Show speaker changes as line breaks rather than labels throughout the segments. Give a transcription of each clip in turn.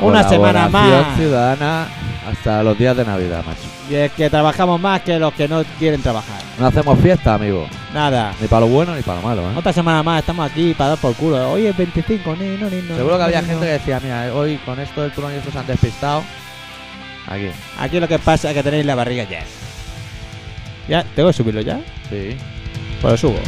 Una semana
Colaboración
más.
ciudadana hasta los días de Navidad, macho.
Y es que trabajamos más que los que no quieren trabajar.
No hacemos fiesta, amigo.
Nada.
Ni para lo bueno ni para lo malo, ¿eh?
Otra semana más, estamos aquí para dar por culo. Hoy es 25, ni, no, ni, no.
Seguro que
ni,
había
no.
gente que decía, mira, eh, hoy con esto del turno y esto se han despistado. Aquí.
Aquí lo que pasa es que tenéis la barriga ya. Ya, ¿tengo que subirlo ya?
Sí.
Pues lo subo.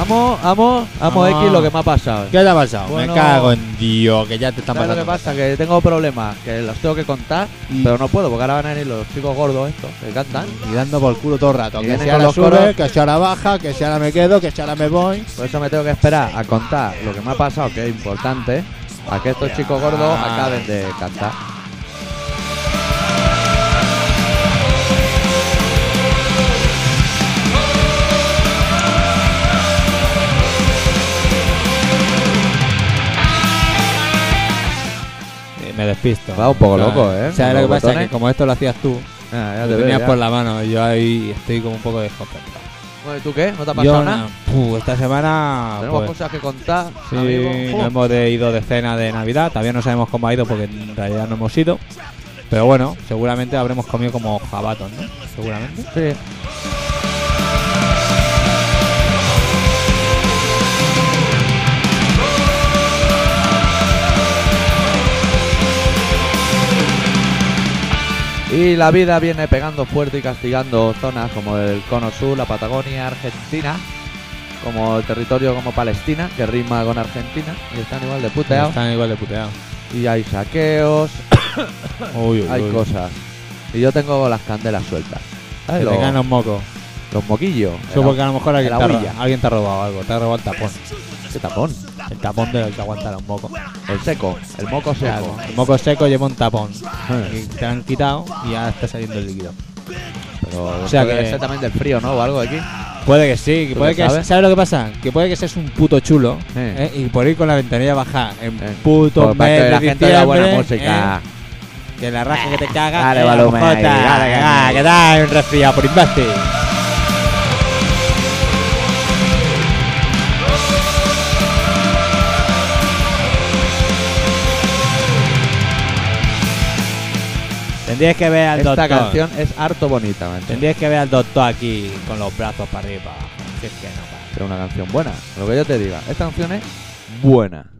Amo, amo, amo
Vamos.
X lo que me ha pasado.
¿Qué te ha pasado?
Bueno.
Me cago en Dios, que ya te están
¿Sabes lo
pasando.
que pasa? Que tengo problemas, que los tengo que contar,
Y-
pero no puedo, porque ahora van a venir los chicos gordos estos, que cantan.
Y dando por culo todo el rato.
Y
Que
viene
si
con
ahora
los coros.
sube, que si ahora baja, que si ahora me quedo, que si ahora me voy.
Por eso me tengo que esperar a contar lo que me ha pasado, que es importante, a que estos chicos gordos acaben de cantar.
Eh, Me despisto.
Va un poco loco, ¿eh?
¿Sabes lo
Los
que pasa?
botones.
Que como esto lo hacías tú,
Ah, ya
lo
te veo,
tenías
ya.
por la mano. y Yo ahí estoy como un poco de joven.
Bueno, ¿y tú qué? ¿No te ha pasado
Yo,
nada?
na- puh, esta semana.
Tenemos
Pues,
cosas que contar.
sí,
amigo.
nos hemos de- ido de cena de Navidad. Todavía no sabemos cómo ha ido porque en realidad no hemos ido. Pero bueno, seguramente habremos comido como jabatos, ¿no? Seguramente.
Sí. Y la vida viene pegando fuerte y castigando zonas como el Cono Sur, la Patagonia, Argentina, como el territorio como Palestina, que rima con Argentina, y están igual de puteados.
Están igual de puteados.
Y hay saqueos,
Uy, uy,
hay
uy.
cosas. Y yo tengo las candelas sueltas.
Que
¿Sabes?
te
Los,
caen los mocos.
los moquillos.
Eso porque a lo mejor alguien
la
te, ha,
huilla.
ro- alguien te ha robado algo. Te ha robado el tapón.
Qué tapón.
El tapón del que aguanta los mocos.
El seco, el moco seco.
Claro, El moco seco lleva un tapón.
Eh,
Y te han quitado y ya está saliendo el líquido.
Pero
sea
o sea
que-
que ser también del frío, ¿no? O algo aquí.
Puede que sí, que
¿Tú
puede
qué
que
sabes?
sabes? lo que pasa? Que puede que seas un puto chulo
Eh.
¿eh? y por ir con la ventanilla baja en
Eh.
puto
Por parte
mes
de la
de
gente de la buena
diciembre,
música.
¿eh? que la raja que te caga,
Dale
eh, la
volumen ahí,
mojota,
dale, que-
ah, que da un resfriado por imbécil. Tendrías que ver al
Esta
doctor.
canción es harto bonita, macho.
Tendrías que ver al doctor aquí con los brazos para arriba. Si es que no, pa.
Es una canción buena. Lo que yo te diga. Esta canción es buena.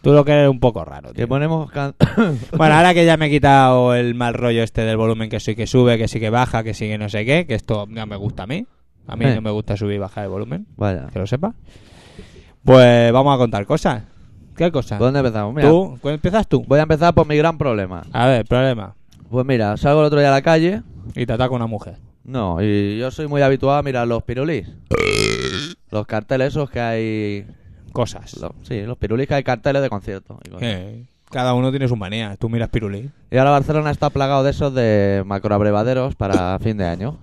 Tú lo que eres un poco raro. tío.
Que ponemos can-
Bueno, ahora que ya me he quitado el mal rollo este del volumen que sí que sube, que sí que baja, que sí que no sé qué, que esto no me gusta a mí. A mí
Eh.
no me gusta subir y bajar el volumen,
Vaya.
que lo sepa. Pues vamos a contar cosas. ¿Qué cosas?
¿Dónde empezamos? Mira,
Ah. ¿Tú? ¿Cu- ¿Empiezas tú?
voy a empezar por mi gran problema.
A ver, problema.
Pues mira, salgo el otro día a la calle.
Y te ataca una mujer.
No, y yo soy muy habituado a mirar los pirulís. Los carteles esos que hay.
Cosas.
lo- sí, los pirulís que hay carteles de concierto. Y cosas.
Eh, cada uno tiene su manía. Tú miras Pirulí.
Y ahora Barcelona está plagado de esos de macroabrevaderos para fin de año.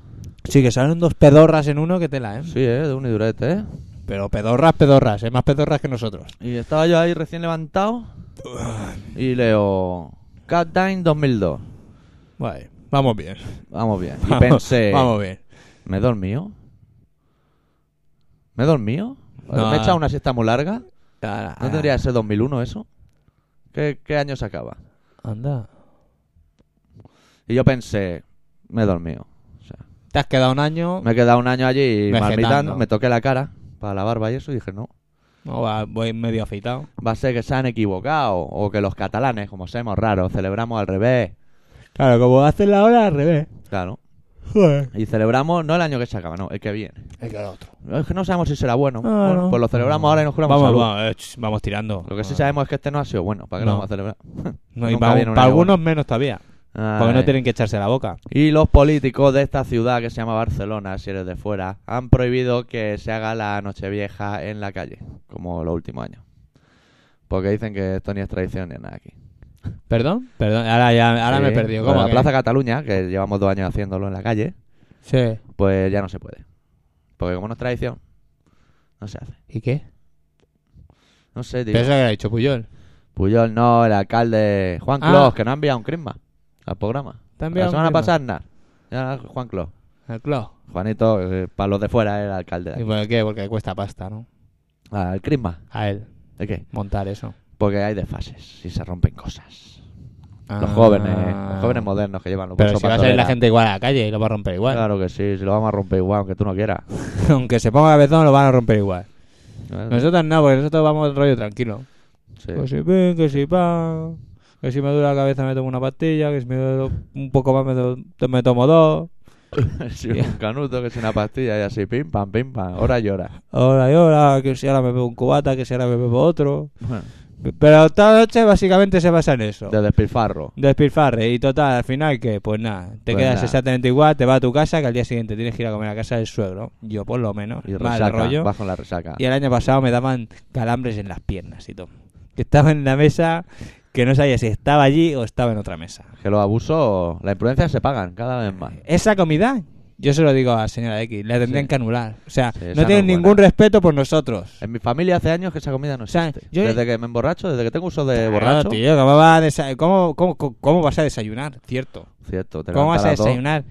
Sí, que salen dos pedorras en uno que tela, ¿eh?
Sí, ¿eh? de un y durete, ¿eh?
Pero pedorras, pedorras, ¿eh? Más pedorras que nosotros.
Y estaba yo ahí recién levantado y leo Countdown 2002.
Vale, vamos bien.
Vamos bien. Y
Vamos-
pensé,
Vamos bien.
¿me he dormido? ¿Me he dormido?
No,
¿Me he
ah.
echado una siesta muy larga?
Cara,
¿No tendría que ser 2001 eso? ¿Qué, qué año se acaba?
Anda.
Y yo pensé, me he dormido. O sea,
Te has quedado un año.
me he quedado un año allí
Vegetando.
marmitando, me toqué la cara para la barba y eso y dije, no,
No, va, voy medio afeitado.
va a ser que se han equivocado o que los catalanes, como somos raros, celebramos al revés.
Claro, como haces la hora al revés.
Claro.
Joder.
Y celebramos no el año que se acaba, no, el que viene.
El que el otro.
Es que no sabemos si será bueno.
Ah,
Bueno,
no.
Pues lo celebramos ahora y nos juramos
Vamos,
salud.
vamos, eh, ch, vamos tirando.
Lo que sí
Ah.
sabemos es que este no ha sido bueno. ¿Para qué lo
No.
vamos a celebrar?
No, y
nunca
para,
viene un
para
año
algunos menos todavía. Porque
Ay.
no tienen que echarse la boca.
Y los políticos de esta ciudad que se llama Barcelona, si eres de fuera, han prohibido que se haga la Nochevieja en la calle, como los últimos años. Porque dicen que esto ni es tradición ni es nada aquí.
¿Perdón? Perdón, ahora, ya, ahora
Sí,
me he perdido.
pero
¿Cómo?
En la
que?
Plaza Cataluña, que llevamos dos años haciéndolo en la calle,
Sí.
pues ya no se puede. Porque como no es tradición, no se hace.
¿Y qué?
No sé, tío.
Pero eso que lo ha dicho Puyol.
Puyol no, el alcalde Juan
Ah.
Clos, que no ha enviado un crisma al programa.
También.
La semana pasada, Aznar. Ya, Juan Clos.
El club.
Juanito, eh, para los de fuera, era alcalde. de
¿Y
aquí.
por qué? Porque cuesta pasta, ¿no?
Ah, el crisma.
A él
¿De qué?
montar eso.
Porque hay desfases y se rompen cosas. Los jóvenes,
Ah.
los jóvenes modernos que llevan los
Pero
bolsos
si va a salir
pastores.
la gente igual a la calle y lo va a romper igual.
Claro que sí, si lo vamos a romper igual, aunque tú no quieras.
Aunque se ponga cabezón, lo van a romper igual. Nosotros no, Pues porque nosotros vamos rollo tranquilo.
Sí.
Que si pin, que si pan, que si me duele la cabeza me tomo una pastilla, que si me duele un poco más me, do- me tomo dos.
Si un canuto que es una pastilla y así, pim, pam, pim, pam. Ahora llora.
Ahora y ahora, que si ahora me bebo un cubata, que si ahora me bebo otro.
Bueno,
Pero toda la noche básicamente se basa en eso.
de despilfarro.
Despilfarre y total, al final que pues nada, te
Pues
quedas
nada.
exactamente igual, te vas a tu casa que al día siguiente tienes que ir a comer a casa del suegro, yo por lo menos,
Y
mal
resaca,
rollo.
bajo la resaca.
Y el año pasado me daban calambres en las piernas y todo. Que estaba en la mesa que no sabía si estaba allí o estaba en otra mesa.
Que los abusos, la imprudencia se pagan cada vez más.
Esa comida, yo se lo digo a la señora X, la tendrían
Sí.
que anular. O sea,
Sí, esa
no
no
tienen
es buena.
ningún respeto por nosotros.
En mi familia hace años que esa comida no
O sea,
existe.
yo-
Desde que me emborracho, desde que tengo uso de
Claro,
borracho.
tío, ¿cómo, va a desa- cómo- cómo- cómo- cómo vas a desayunar? Cierto.
Cierto, te
¿Cómo vas a
levantas las dos,
desayunar?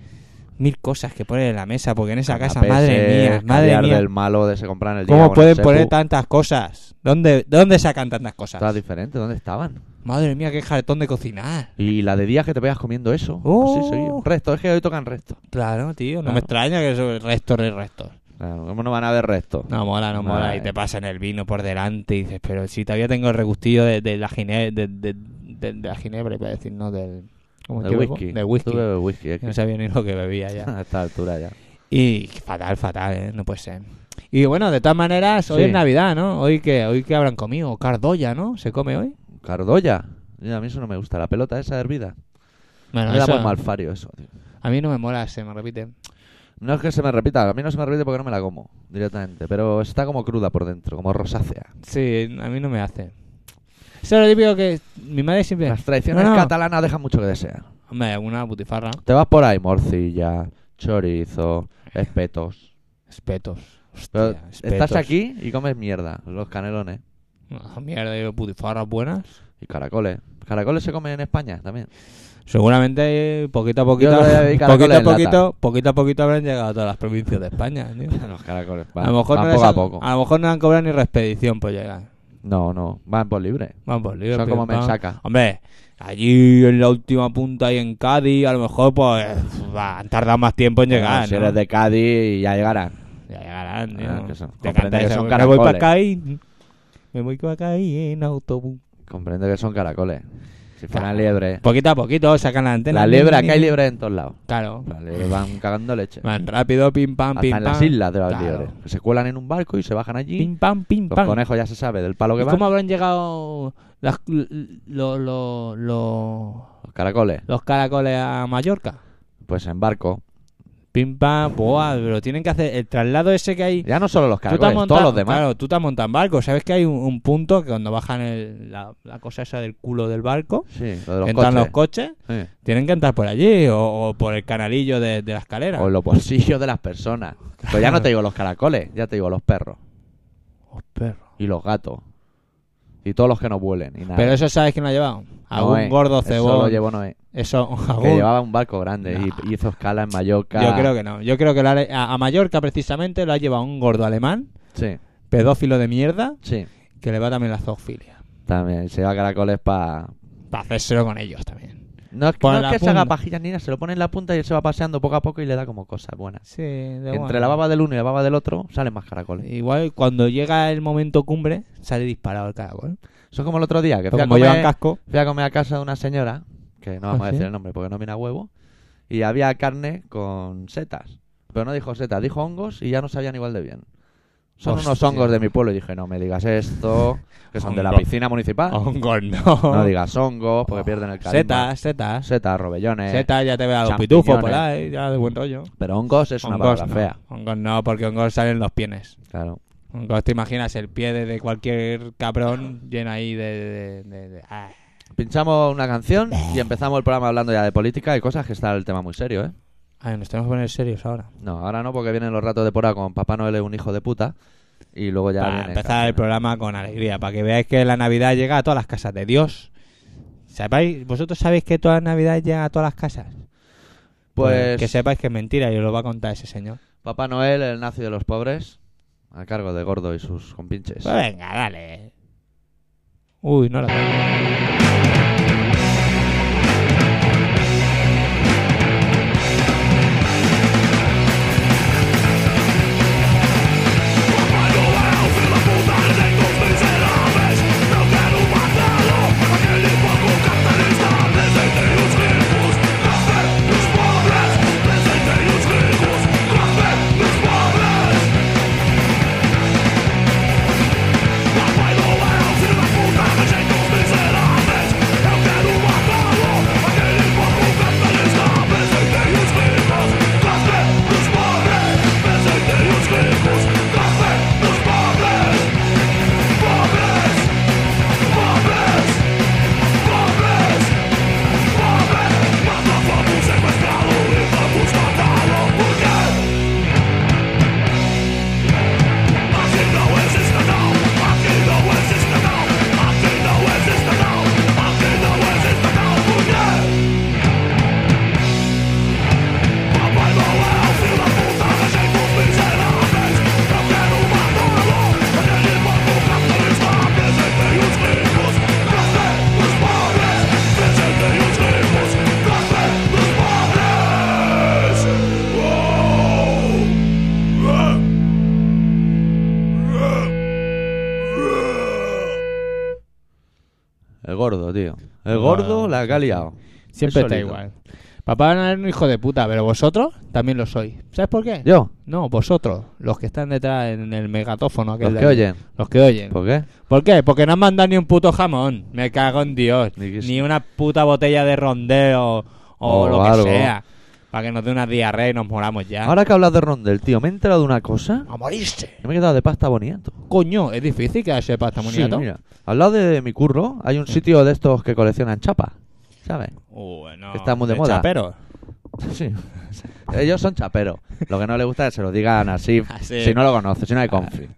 Mil cosas que poner en la mesa, porque en esa casa,
canapés,
madre mía,
eh,
madre
caviar
mía,
del malo de se comprar en el día.
¿cómo
bueno,
pueden
secu.
poner tantas cosas? ¿Dónde, ¿Dónde sacan tantas cosas?
Estaba diferente, ¿dónde estaban?
Madre mía, qué jartón de cocinar.
Y la de días que te pegas comiendo eso.
Oh.
Así seguido. Resto, es que hoy tocan resto.
Claro, tío. No
Claro.
me extraña que eso restos de restos.
Claro, ¿cómo no van a haber resto?
No mola, no mola.
Ay.
Y te pasan el vino por delante y dices, pero si todavía tengo el regustillo de, de la ginebra, de, de- de- de la ginebra, iba a decir, no, del... ¿cómo es
Del
que bebo?
whisky.
Del whisky.
Tú bebes whisky, es
Yo No
que-
sabía ni lo que bebía ya.
a esta altura ya.
y fatal, fatal, ¿eh? No puede ser. Y bueno, de todas maneras, hoy
Sí.
es Navidad, ¿no? Hoy que hoy que habrán comido cardoya, ¿no? ¿Se come hoy?
Cardoya. Mira, a mí eso no me gusta. La pelota esa hervida.
Bueno,
me da
eso-
por malfario eso. tío.
a mí no me mola, se me repite.
No es que se me repita. A mí no se me repite porque no me la como directamente. Pero está como cruda por dentro, como rosácea.
Sí, a mí no me hace. Eso es lo típico que mi madre siempre...
Las tradiciones
No, no.
catalanas dejan mucho que desear.
Hombre, una butifarra.
Te vas por ahí, morcilla, chorizo, espetos.
Espetos. Hostia,
Pero
espetos.
estás aquí y comes mierda. Los canelones.
Ah, mierda, yo putifarras buenas.
Y caracoles. ¿Caracoles se comen en España también?
Seguramente eh, poquito a poquito,
Yo todavía vi
poquito
caracoles
a
en lata.
poquito, poquito a poquito habrán llegado a todas las provincias de España. tío.
Los caracoles.
a lo mejor
van
no les
poco
han,
a poco.
a lo mejor no han cobrado ni expedición por llegar.
Ah. No, no. Van por libre.
Van por libre.
Son
pim,
como
pam.
mensaca.
Hombre, allí en la última punta y en Cádiz, a lo mejor pues va, han tardado más tiempo en llegar.
Bueno, Si
¿no?
eres de Cádiz, ya llegarán.
Ya llegarán. tío.
Ah, que son-
Te
comprende
canta
que
esa,
son
Me voy para
caracoles.
Cádiz. Me voy para Cádiz en autobús.
Comprendo que son caracoles. Si fueran
Claro.
liebres.
Poquito a poquito sacan la antena.
La liebre, acá hay liebres en todos lados.
Claro.
Las liebres van cagando leche.
Van rápido, pim pam,
Hasta
pim pam.
en las islas de las
Claro.
liebres. Que se cuelan en un barco y se bajan allí.
Pim pam, pim
Los
pam.
conejos ya se sabe del palo que
¿Y
van.
¿Cómo habrán llegado las- lo- lo- lo-
Los caracoles.
los caracoles a Mallorca?
Pues en barco.
Pim pam, buah, pero tienen que hacer el traslado ese que hay.
Ya no solo los
Tú te has
caracoles, todos
montado-
los demás.
Claro, tú te has montado en barco. ¿Sabes que hay un, un punto que cuando bajan el- la, la cosa esa del culo del barco,
Sí, lo de los
entran
coches.
los coches,
Sí.
tienen que entrar por allí o, o por el canalillo de, de la escalera?
O en los bolsillos de las personas. Pero ya no te digo los caracoles, ya te digo los perros.
Oh, perro.
Y los gatos. Y todos los que no vuelen. Y nada.
Pero eso, ¿sabes quién lo ha llevado? Algún
Noé.
gordo
Ah. eh, Eso lo
cebón.
llevó Noé.
Eso,
Que
algún-
llevaba un barco grande
Nah.
y hizo escala en Mallorca.
Yo creo que no. Yo creo que la- a, a Mallorca precisamente lo ha llevado un gordo alemán,
Sí,
pedófilo de mierda,
sí.
que le va también la zoofilia.
También se lleva caracoles para.
Para hacérselo con ellos también.
No es,
Por
no es
la
que se haga
punta.
pajillas ni nada, se lo pone en la punta y él se va paseando poco a poco y le da como cosas buenas.
Sí, de
Entre la baba del uno y la baba del otro salen más caracoles.
Igual cuando llega el momento cumbre, sale disparado el caracol.
Eso es como el otro día, que fui a,
Como llevan
comer,
casco.
fui a comer a casa de una señora, que no vamos
¿Ah,
a
sí?
decir el nombre porque no viene a huevo, y había carne con setas. Pero no dijo setas, dijo hongos y ya no sabían igual de bien. Son unos
Hostia.
hongos de mi pueblo y dije, no me digas esto, que son de la
Hongo.
piscina municipal.
Hongos, no.
No digas hongos porque pierden el carisma.
Setas, setas.
Setas, robellones.
Setas, ya te veo a los
Eh, champiñones.
pitufos por ahí, ya de buen rollo.
Pero hongos es una
Hongos
palabra
no.
fea.
Hongos no, porque hongos salen los pienes.
Claro.
Hongos, te imaginas el pie de, de cualquier cabrón lleno ahí de... de- de- de- ah.
Pinchamos una canción y empezamos el programa hablando ya de política y cosas que está el tema muy serio, ¿eh?
Ay, nos tenemos que poner serios ahora.
No, ahora no, porque vienen los ratos de pora con Papá Noel es un hijo de puta y luego ya
para
viene
empezar
Cárdenas.
el programa con alegría, para que veáis que la Navidad llega a todas las casas de Dios. ¿Sabéis? ¿Vosotros sabéis que toda la Navidad llega a todas las casas?
Pues
Que sepáis que es mentira y os lo va a contar ese señor.
Papá Noel, el nazi de los pobres, a cargo de Gordo y sus compinches.
Pues venga, dale. Uy, no la tengo.
El gordo, tío.
Ah,
El gordo la que ha liado.
Siempre
Es
está
solito.
igual. Papá no es un hijo de puta, pero vosotros también lo sois. ¿Sabes por qué?
¿Yo?
No, vosotros, los que están detrás en el megatófono. aquel
Los
de
que
ahí.
oyen.
Los que oyen.
¿Por qué?
¿Por qué? Porque no han mandado ni un puto jamón. Me cago en Dios.
Ni que-
Ni una puta botella de rondeo o
O
lo
algo.
que sea. Para que nos dé una diarrea y nos moramos ya.
Ahora que hablas de rondel, tío, me he enterado de una cosa.
¡A morirse!
que me he quedado de pasta boniato.
Coño, es difícil que sepa esta
Sí,
moniato.
mira. Al lado de mi curro hay un sitio de estos que coleccionan chapas, ¿sabes?
Bueno,
Está muy de moda.
Pero
Sí. Ellos son chaperos. Lo que no les gusta es que se lo digan así,
Ah, sí.
si no lo conoces, si no hay conflicto.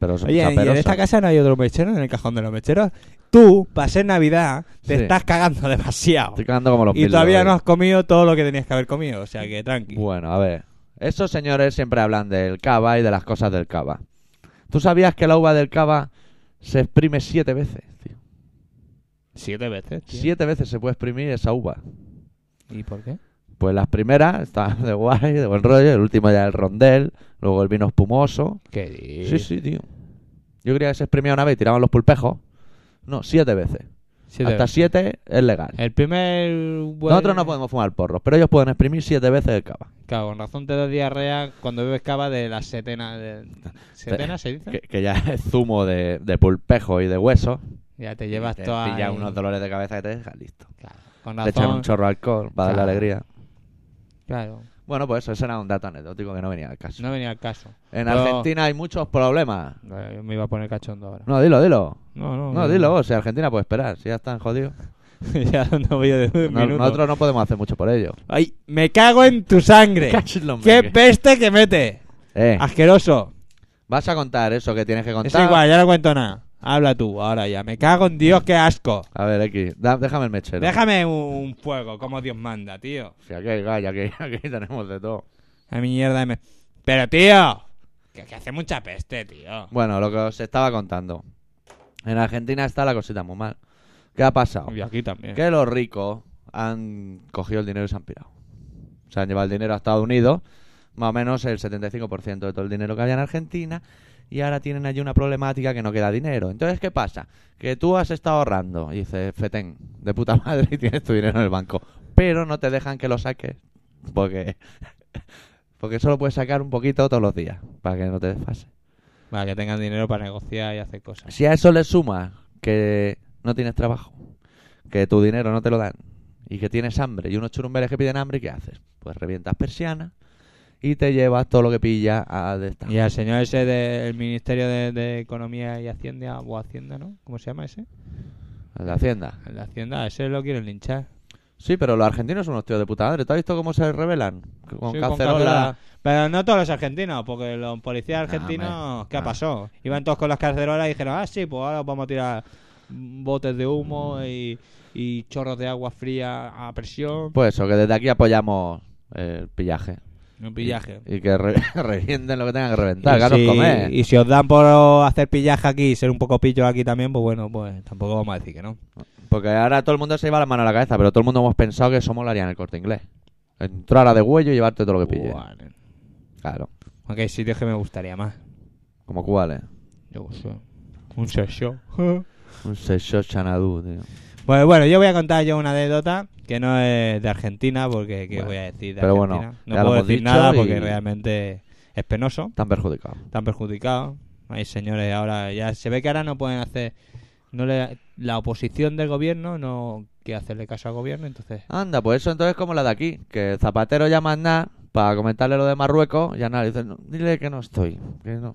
Pero son
Oye, ¿y
chaperos.
en esta
son.
casa no hay otro mechero en el cajón de los mecheros? Tú, para ser Navidad, te
Sí.
estás cagando demasiado.
Estoy quedando como los eh.
Y
Beatles,
todavía no
oye.
has comido todo lo que tenías que haber comido. O sea que tranqui.
Bueno, a ver. Esos señores siempre hablan del cava y de las cosas del cava. ¿Tú sabías que la uva del cava se exprime siete veces? tío?
Siete veces. tío.
Siete veces se puede exprimir esa uva.
¿Y por qué?
Pues las primeras estaban de guay, de buen rollo. El último ya el rondel. Luego el vino espumoso.
¿Qué
Sí, sí, tío. Yo creía que se exprimía una vez y tiraban los pulpejos. No, siete veces.
Siete veces.
Hasta
Eh, pues
siete es legal.
El primer.
Nosotros no podemos fumar porros, pero ellos pueden exprimir siete veces el cava.
Claro, con razón te da diarrea cuando bebes cava de la setena. de- ¿Setena se dice?
Que, que ya es zumo de, de pulpejo y de hueso.
Ya te llevas
Y te
toda.
pilla
ahí.
unos dolores de cabeza que te dejan listo.
Claro, con
Te echan
razón.
un chorro de alcohol para darle
Claro.
alegría.
Claro,
Bueno, pues eso, ese era un dato anecdótico que no venía al caso.
no venía al caso.
en
pero-
Argentina hay muchos problemas.
Eh, Me iba a poner cachondo ahora.
No, dilo, dilo.
No, no,
No, dilo. Si Argentina puede esperar, si ya están jodidos.
ya no voy a decir un
No-
minuto.
nosotros no podemos hacer mucho por ello.
Ay, me cago en tu sangre. ¡Qué peste que mete!
Eh,
Asqueroso.
vas a contar eso que tienes que
Es
contar.
igual, ya no cuento nada. Habla tú, ahora ya. Me cago en Dios, qué asco.
A ver, X, da- déjame el mechero.
Déjame un fuego, como Dios manda, tío.
Si aquí hay gallo, aquí, aquí tenemos de todo.
A mi mierda de me... Pero, tío, que, que hace mucha peste, tío.
Bueno, lo que os estaba contando. En Argentina está la cosita muy mal. ¿Qué ha pasado?
Y aquí también.
Que los ricos han cogido el dinero y se han pirado. Se han llevado el dinero a Estados Unidos, más o menos el 75% de todo el dinero que había en Argentina, y ahora tienen allí una problemática que no queda dinero. Entonces, ¿qué pasa? Que tú has estado ahorrando, y dices, Feten, de puta madre, y tienes tu dinero en el banco, pero no te dejan que lo saques, porque, porque solo puedes sacar un poquito todos los días, para que no te desfase.
Para que tengan dinero para negociar y hacer cosas.
Si a eso le sumas que no tienes trabajo, que tu dinero no te lo dan y que tienes hambre y unos churumbeles que piden hambre, ¿qué haces? Pues revientas persianas y te llevas todo lo que pilla a de esta.
Y al señor ese del Ministerio de, de Economía y Hacienda, o Hacienda, ¿no? ¿Cómo se llama ese?
a la hacienda.
El de Hacienda, a ese lo quieren linchar.
Sí, pero los argentinos son unos tíos de puta madre. ¿Tú has visto cómo se rebelan? Con
Sí,
cacerola.
cacerola. Pero no todos los argentinos, porque los policías
Nah,
argentinos,
hombre.
¿qué
Nah.
pasó? Iban todos con las carcerolas y dijeron, ah, sí, pues ahora vamos a tirar botes de
Mm.
humo y, y chorros de agua fría a presión.
Pues eso, que desde aquí apoyamos el pillaje.
Un pillaje.
Y, y que re- revienten lo que tengan que reventar, que
si,
nos comer.
y si os dan por hacer pillaje aquí y ser un poco pillo aquí también, pues bueno, pues tampoco vamos a decir que no.
Porque ahora todo el mundo se lleva la mano a la cabeza, pero todo el mundo hemos pensado que eso molaría en el corte inglés. Entrar a de huello y llevarte todo lo que pille.
Bueno,
Claro.
aunque hay sitios que me gustaría más.
Como cuáles.
Yo qué sé. Un sesho.
Un Sesho Chanadú, tío.
Pues bueno, yo voy a contar yo una anécdota que no es de Argentina, porque ¿qué
Bueno,
voy a decir de
pero bueno,
Argentina?
ya
no
lo
puedo
hemos
decir
dicho
nada
y-
porque realmente es penoso,
Tan perjudicado.
tan perjudicado. Hay señores ahora, ya se ve que ahora no pueden hacer, no le, la oposición del gobierno no quiere hacerle caso al gobierno, entonces...
Anda, pues eso entonces es como la de aquí, que Zapatero llama a Aznar para comentarle lo de Marruecos y Aznar dice, "No, dile que no estoy, que no.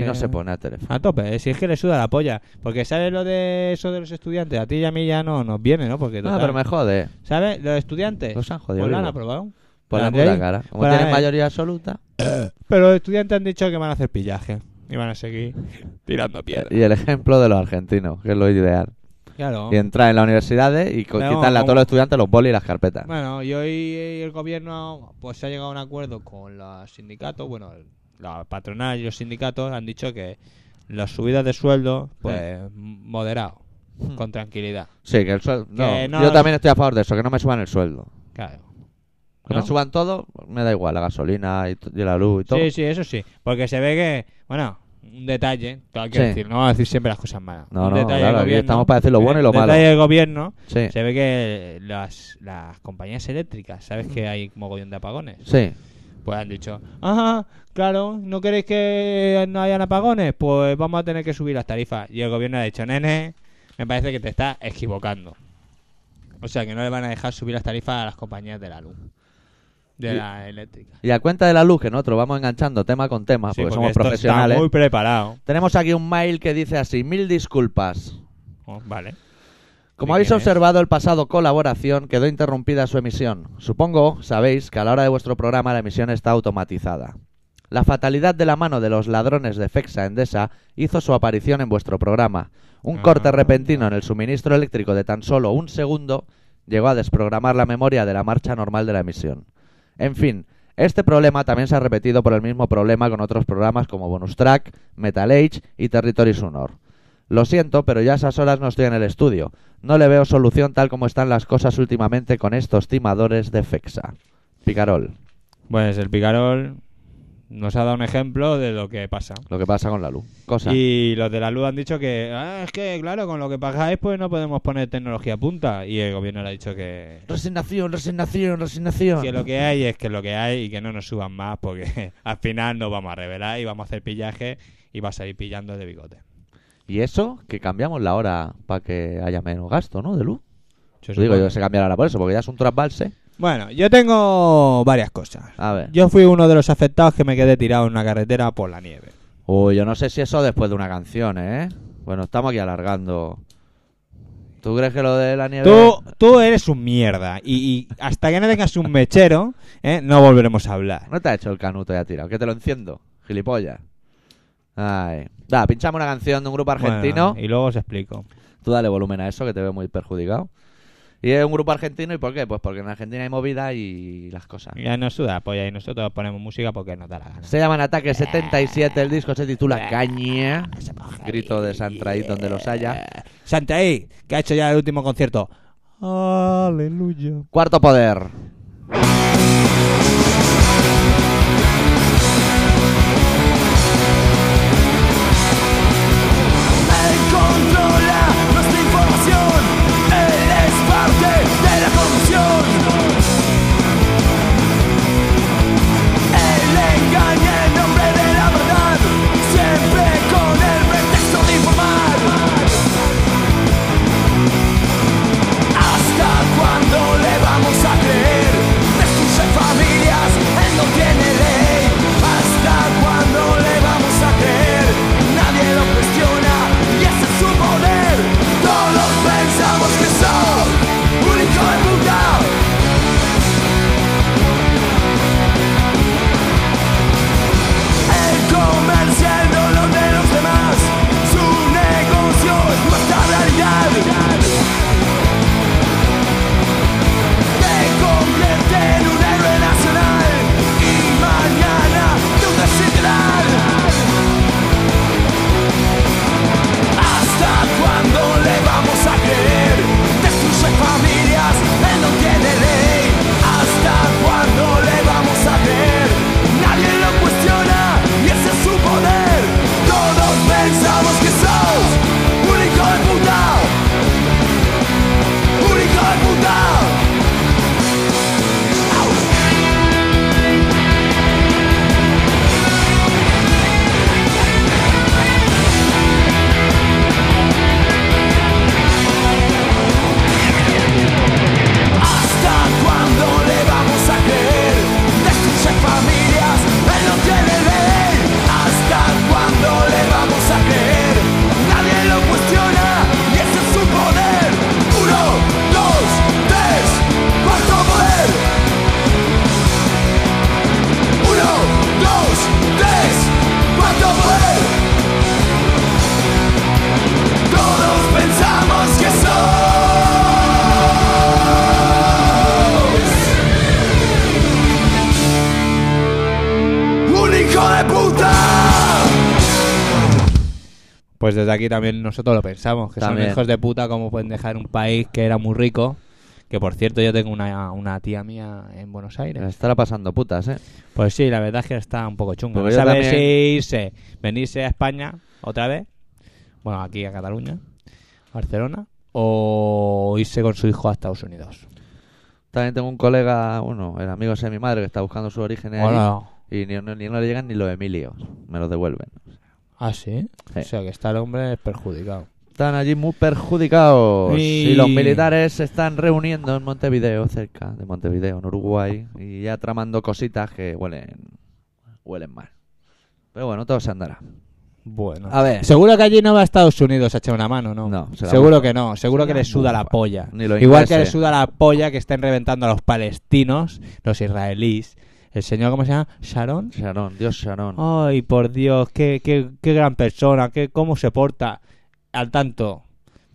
Sí.
no se pone a teléfono.
eh, A tope, eh, si es que le suda la polla. Porque sabes lo de eso de los estudiantes, a ti y a mí ya no nos viene, ¿no? Porque
No,
total,
Ah, pero me jode.
¿Sabes? Los estudiantes,
Los han jodido.
pues lo han
vivo.
aprobado.
Por la
Pero
puta
ahí-
cara. Como
para
tienen
ahí.
mayoría absoluta.
Pero los estudiantes han dicho que van a hacer pillaje. Y van a seguir tirando piedras.
Y el ejemplo de los argentinos, que es lo ideal.
Eh, Claro.
Y entrar en las universidades y co-
Pero vamos,
quitarle a
como-
todos los estudiantes los bolis y las carpetas.
Bueno, y hoy el gobierno pues se ha llegado a un acuerdo con los sindicatos, bueno, el- la patronal y los sindicatos han dicho que las subidas de sueldo, pues
Eh.
moderado,
Hmm.
con tranquilidad.
Sí, que el sueldo.
Que
No,
no-
yo también estoy a favor de eso, que no me suban el sueldo.
Claro.
Que
¿No?
me suban todo, me da igual, la gasolina y, t- y la luz y todo.
Sí, sí, eso sí. Porque se ve que, bueno, un detalle, todo hay que
Sí.
decir, no vamos a decir siempre las cosas malas.
No,
Un
no,
detalle del
claro, aquí
gobierno,
estamos para decir lo bueno y lo
un
malo.
detalle del gobierno,
Sí,
se ve que las, las compañías eléctricas, ¿sabes que hay mogollón de apagones?
sí.
Pues han dicho, ajá, claro, ¿no queréis que no hayan apagones? Pues vamos a tener que subir las tarifas. Y el gobierno ha dicho, nene, me parece que te estás equivocando. O sea, que no le van a dejar subir las tarifas a las compañías de la luz, de
Y-
la eléctrica.
Y a cuenta de la luz, que nosotros vamos enganchando tema con tema,
Sí,
porque, Ah, pues somos
esto
profesionales.
Está muy preparado.
Tenemos aquí un mail que dice así: mil disculpas.
Oh, vale.
Como
¿De
habéis
quién es?
observado, el pasado colaboración quedó interrumpida su emisión. Supongo, sabéis, que a la hora de vuestro programa la emisión está automatizada. La fatalidad de la mano de los ladrones de Fexa Endesa hizo su aparición en vuestro programa. Un
Ah.
corte repentino en el suministro eléctrico de tan solo un segundo llegó a desprogramar la memoria de la marcha normal de la emisión. En fin, este problema también se ha repetido por el mismo problema con otros programas como Bonus Track, Metal Age y Territory Sonor. Lo siento, pero ya a esas horas no estoy en el estudio. No le veo solución tal como están las cosas últimamente con estos timadores de Fexa. Picarol,
Pues el Picarol nos ha dado un ejemplo de lo que pasa.
lo que pasa con la luz. Cosa.
y los de la luz han dicho que, "Ah, es que claro, con lo que pagáis pues no podemos poner tecnología a punta. Y el gobierno le ha dicho que,
Resignación, resignación, resignación.
que lo que hay es que lo que hay y que no nos suban más porque al final nos vamos a revelar y vamos a hacer pillaje y vas a ir pillando de bigote.
Y eso, que cambiamos la hora para que haya menos gasto, ¿no? De luz.
Yo
Os digo
supongo.
yo que se cambiará por eso, porque ya es un trasbalse.
Bueno, yo tengo varias cosas.
A ver.
Yo fui uno de los afectados que me quedé tirado en una carretera por la nieve.
Uy, yo no sé si eso después de una canción, ¿eh? Bueno, estamos aquí alargando. ¿Tú crees que lo de la nieve?
Tú, tú eres un mierda. Y, y hasta que no tengas un mechero, ¿eh? no volveremos a hablar.
No te ha hecho el canuto ya tirado, que te lo enciendo, gilipollas. Ay. Da, pinchamos una canción de un grupo argentino.
Bueno, y luego os explico.
Tú dale volumen a eso, que te veo muy perjudicado. Y es un grupo argentino, ¿y por qué? Pues porque en Argentina hay movida y las cosas.
Ya nos suda la polla y nosotros ponemos música porque nos da la gana.
Se llaman Ataque 77, el disco se titula Caña. Grito de Santraí donde los haya.
Santaí, que ha hecho ya el último concierto. Aleluya.
Cuarto poder.
Él controla nuestra información, él es parte de la corrupción. Él engaña en nombre de la verdad, siempre con el pretexto de informar. ¿Hasta cuándo le vamos a creer? Destruye familias hijo de puta.
Pues desde aquí también nosotros lo pensamos, que
También.
son hijos de puta como pueden dejar un país que era muy rico. Que por cierto, yo tengo una, una tía mía en Buenos Aires.
Estará pasando putas, ¿eh?
Pues sí, la verdad es que está un poco chungo. No
Porque yo
sabe
también-
si irse, venirse a España otra vez, bueno, aquí a Cataluña, Barcelona, o irse con su hijo a Estados Unidos.
También tengo un colega, bueno, el amigo ese de mi madre que está buscando su origen ahí,
Hola.
y ni, ni- ni no le llegan ni los Emilios, me los devuelven.
Ah, ¿sí?
Sí.
O sea, que está el hombre perjudicado.
Están allí muy perjudicados.
Y-
Y... los militares se están reuniendo en Montevideo, cerca de Montevideo, en Uruguay, y ya tramando cositas que huelen, huelen mal. Pero bueno, todo se andará.
Bueno.
A ver.
Seguro que allí no va a Estados Unidos a echar una mano, ¿no?
No, se la
Seguro
bufa.
que no. Seguro
Se
que
la
le suda la
bufa.
polla.
Ni los
Igual que
ingleses.
le suda la polla que estén reventando a los palestinos, los israelíes. El señor, ¿cómo se llama? Sharon.
Sharon, Dios Sharon.
Ay, por Dios, qué, qué, qué gran persona, qué, cómo se porta. Al tanto,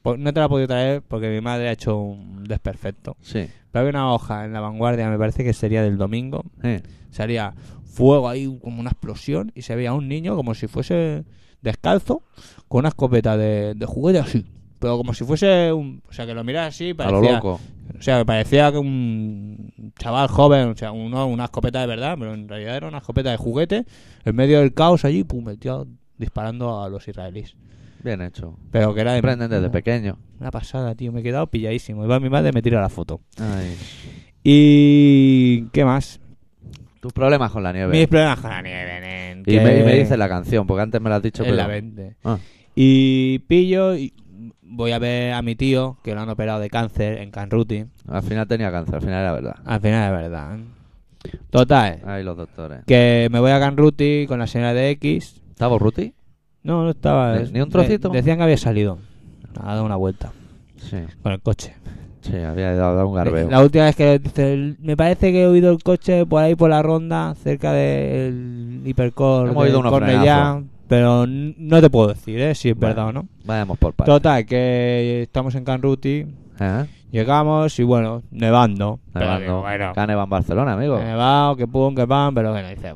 Pues no te la he podido traer porque mi madre ha hecho un desperfecto.
Sí.
Pero había una hoja en la vanguardia, me parece que sería del domingo.
eh.
Salía fuego ahí, como una explosión, y se veía a un niño como si fuese descalzo, con una escopeta de, de juguete así. Pero como si fuese un. O sea, que lo miras así,
A
parecía.
lo loco.
O sea, que parecía que un chaval joven, o sea, uno, una escopeta de verdad, pero en realidad era una escopeta de juguete, en medio del caos allí, pum, el tío disparando a los israelíes.
Bien hecho.
Pero que era de.
Aprenden desde pequeño.
Una pasada, tío, me he quedado pilladísimo. Y va mi madre y me tira la foto.
Ay.
¿Y qué más?
Tus problemas con la nieve.
Mis problemas con la nieve, nen.
Y, me, y me
que-
dice la canción, porque antes me la has dicho,
en
pero...
la 20.
Ah.
Y pillo y voy a ver a mi tío, que lo han operado de cáncer en Canruti.
Al final tenía cáncer, al final era verdad. ¿eh?
Al final es verdad. Total,
Ay, los doctores.
que me voy a Canruti con la señora de X.
¿Está Borruti?
No, no estaba.
Ni- ni un trocito.
de- decían que había salido. Ha dado una vuelta
Sí,
con el coche. Eh,
sí, había dado, dado un garbeo.
La última vez que dice, "El- me parece que he oído el coche por ahí por la ronda, cerca del hipercore
Hemos
de
oído unos
Cornellá,
frenazos.
pero n- no te puedo decir eh, si es
Bueno.
verdad o no.
Vayamos por partes. ¿eh?
Total, que estamos en Canruti,
Ajá.
llegamos y bueno, nevando. Pero
Nevando.
digo, bueno, Eh,
Cane va en Barcelona, amigo.
nevado, que pum, que pam, pero bueno, dice,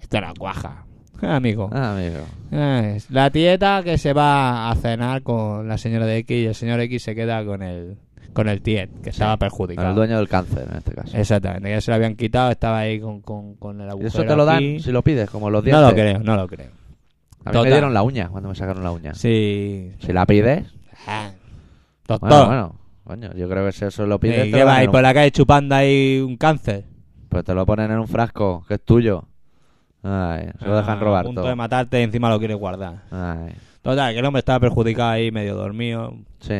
esto era cuaja. Ah, Amigo,
Ah, amigo.
Eh, es la tieta que se va a cenar con la señora de X y el señor X se queda con el, con el tiet, que estaba
Con el
perjudicado.
dueño del cáncer, en este caso.
Exactamente, ya se lo habían quitado, estaba ahí con, con, con el
¿Y
agujero.
eso te lo dan
aquí.
si lo pides, como los dientes?
No lo creo, no lo creo.
A mí
Total.
me dieron la uña cuando me sacaron la uña.
Sí.
Si la pides...
Ah. Doctor.
Bueno, este bueno. Coño, yo creo que si eso lo pides...
¿Y
te
qué
lo
va
dan
ahí
en un-
por la calle chupando ahí un cáncer?
Pues te lo ponen en un frasco, que es tuyo. Ay, se lo dejan
Ah,
robar
A punto
todo.
de matarte y encima lo quieres guardar.
Ay,
Total, que el hombre estaba perjudicado ahí, medio dormido.
sí.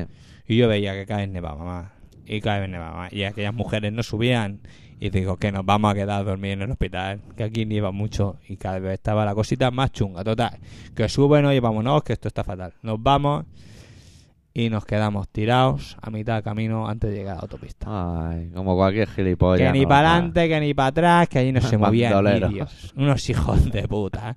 Y yo veía que cae en Neva, mamá. Y cae en Neva, mamá. Y aquellas mujeres no subían. Y digo, que nos vamos a quedar dormidos en el hospital. Que aquí nieva mucho. Y cada vez estaba la cosita más chunga. Total, que suben, oye, vámonos, que esto está fatal. Nos vamos. Y nos quedamos tirados a mitad de camino antes de llegar a la autopista.
Ay, como cualquier gilipollas.
Que ni
normal.
para adelante, que ni para atrás, que allí no se movían ni
Bandoleros.
Dios. Unos hijos de puta.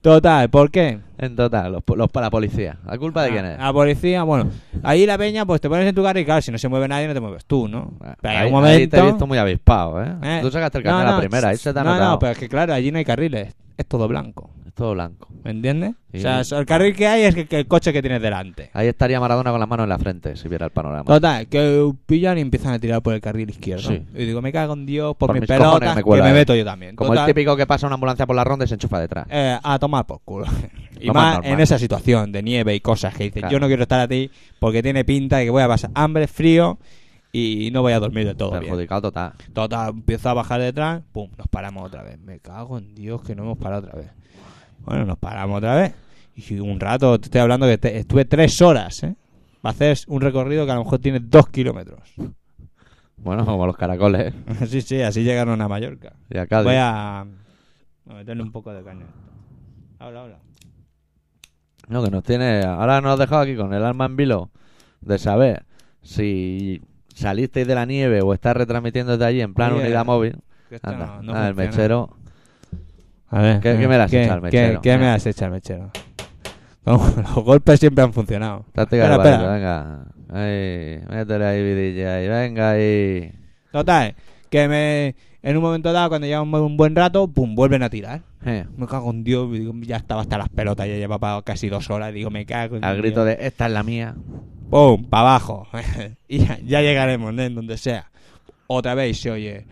Total, ¿por qué?
En total, los, los para policía. ¿La culpa
Ah,
de quién es?
La policía, bueno. Ahí la peña, pues te pones en tu carro y claro, si no se mueve nadie, no te mueves tú, ¿no? Pero en
Ah, ahí,
algún
ahí te he
momento-
visto muy avispado, ¿eh?
¿eh?
Tú sacaste el
No,
carnet a
no,
la primera, ahí se te ha
No,
notado.
no, pero es que claro, allí no hay carriles. Es todo blanco.
Es todo blanco.
¿Me entiendes?
Sí.
O sea, so- el carril que hay es que, que el coche que tienes delante.
Ahí estaría Maradona con las manos en la frente, si viera el panorama.
Total, que pillan y empiezan a tirar por el carril izquierdo.
Sí.
Y digo, me cago en Dios por,
Por
mis
mis cojones
pelotas,
me
que me,
cuela, eh.
meto yo también.
Como
Total,
el típico que pasa una ambulancia por la ronda y se enchufa detrás.
eh, a tomar por culo. Y
Lo
más
más normal.
en esa situación de nieve y cosas que dices,
Claro.
yo no quiero estar a ti porque tiene pinta de que voy a pasar hambre, frío y no voy a dormir de todo. bien.
Perjudicado total.
Total, empieza a bajar detrás, pum, nos paramos otra vez. Me cago en Dios que no hemos parado otra vez. Bueno, nos paramos otra vez. Y un rato, te estoy hablando que te- estuve tres horas, ¿eh? Va a hacer un recorrido que a lo mejor tiene dos kilómetros.
Bueno, como los caracoles
sí, sí, así llegaron a Mallorca.
de acá.
Voy a, a meterle un poco de caña. a esto. Habla, habla.
No, que nos tiene. Ahora nos has dejado aquí con el alma en vilo de saber si salisteis de la nieve o estás retransmitiendo desde allí en plan
Oye,
unidad móvil.
Que esto
Anda,
no- no
ah, el
funciona.
mechero.
A ver,
¿Qué-
eh,
qué me has hecho al
¿qué,
mechero?
qué me
Eh.
has hecho al mechero? Como los golpes siempre han funcionado.
Táctica del
Espera, espera.
barrio, venga. Ahí, métele ahí, vidilla, ahí, venga ahí.
Total, que me En un momento dado, cuando llevan un buen rato, ¡pum! vuelven a tirar.
Eh,
Me cago en Dios, digo, ya estaba hasta las pelotas, ya llevaba casi dos horas, digo, me cago en
al
Dios.
grito de esta es la mía.
¡Pum! Para abajo. y ya, ya llegaremos, ¿no? En donde sea. Otra vez se oye.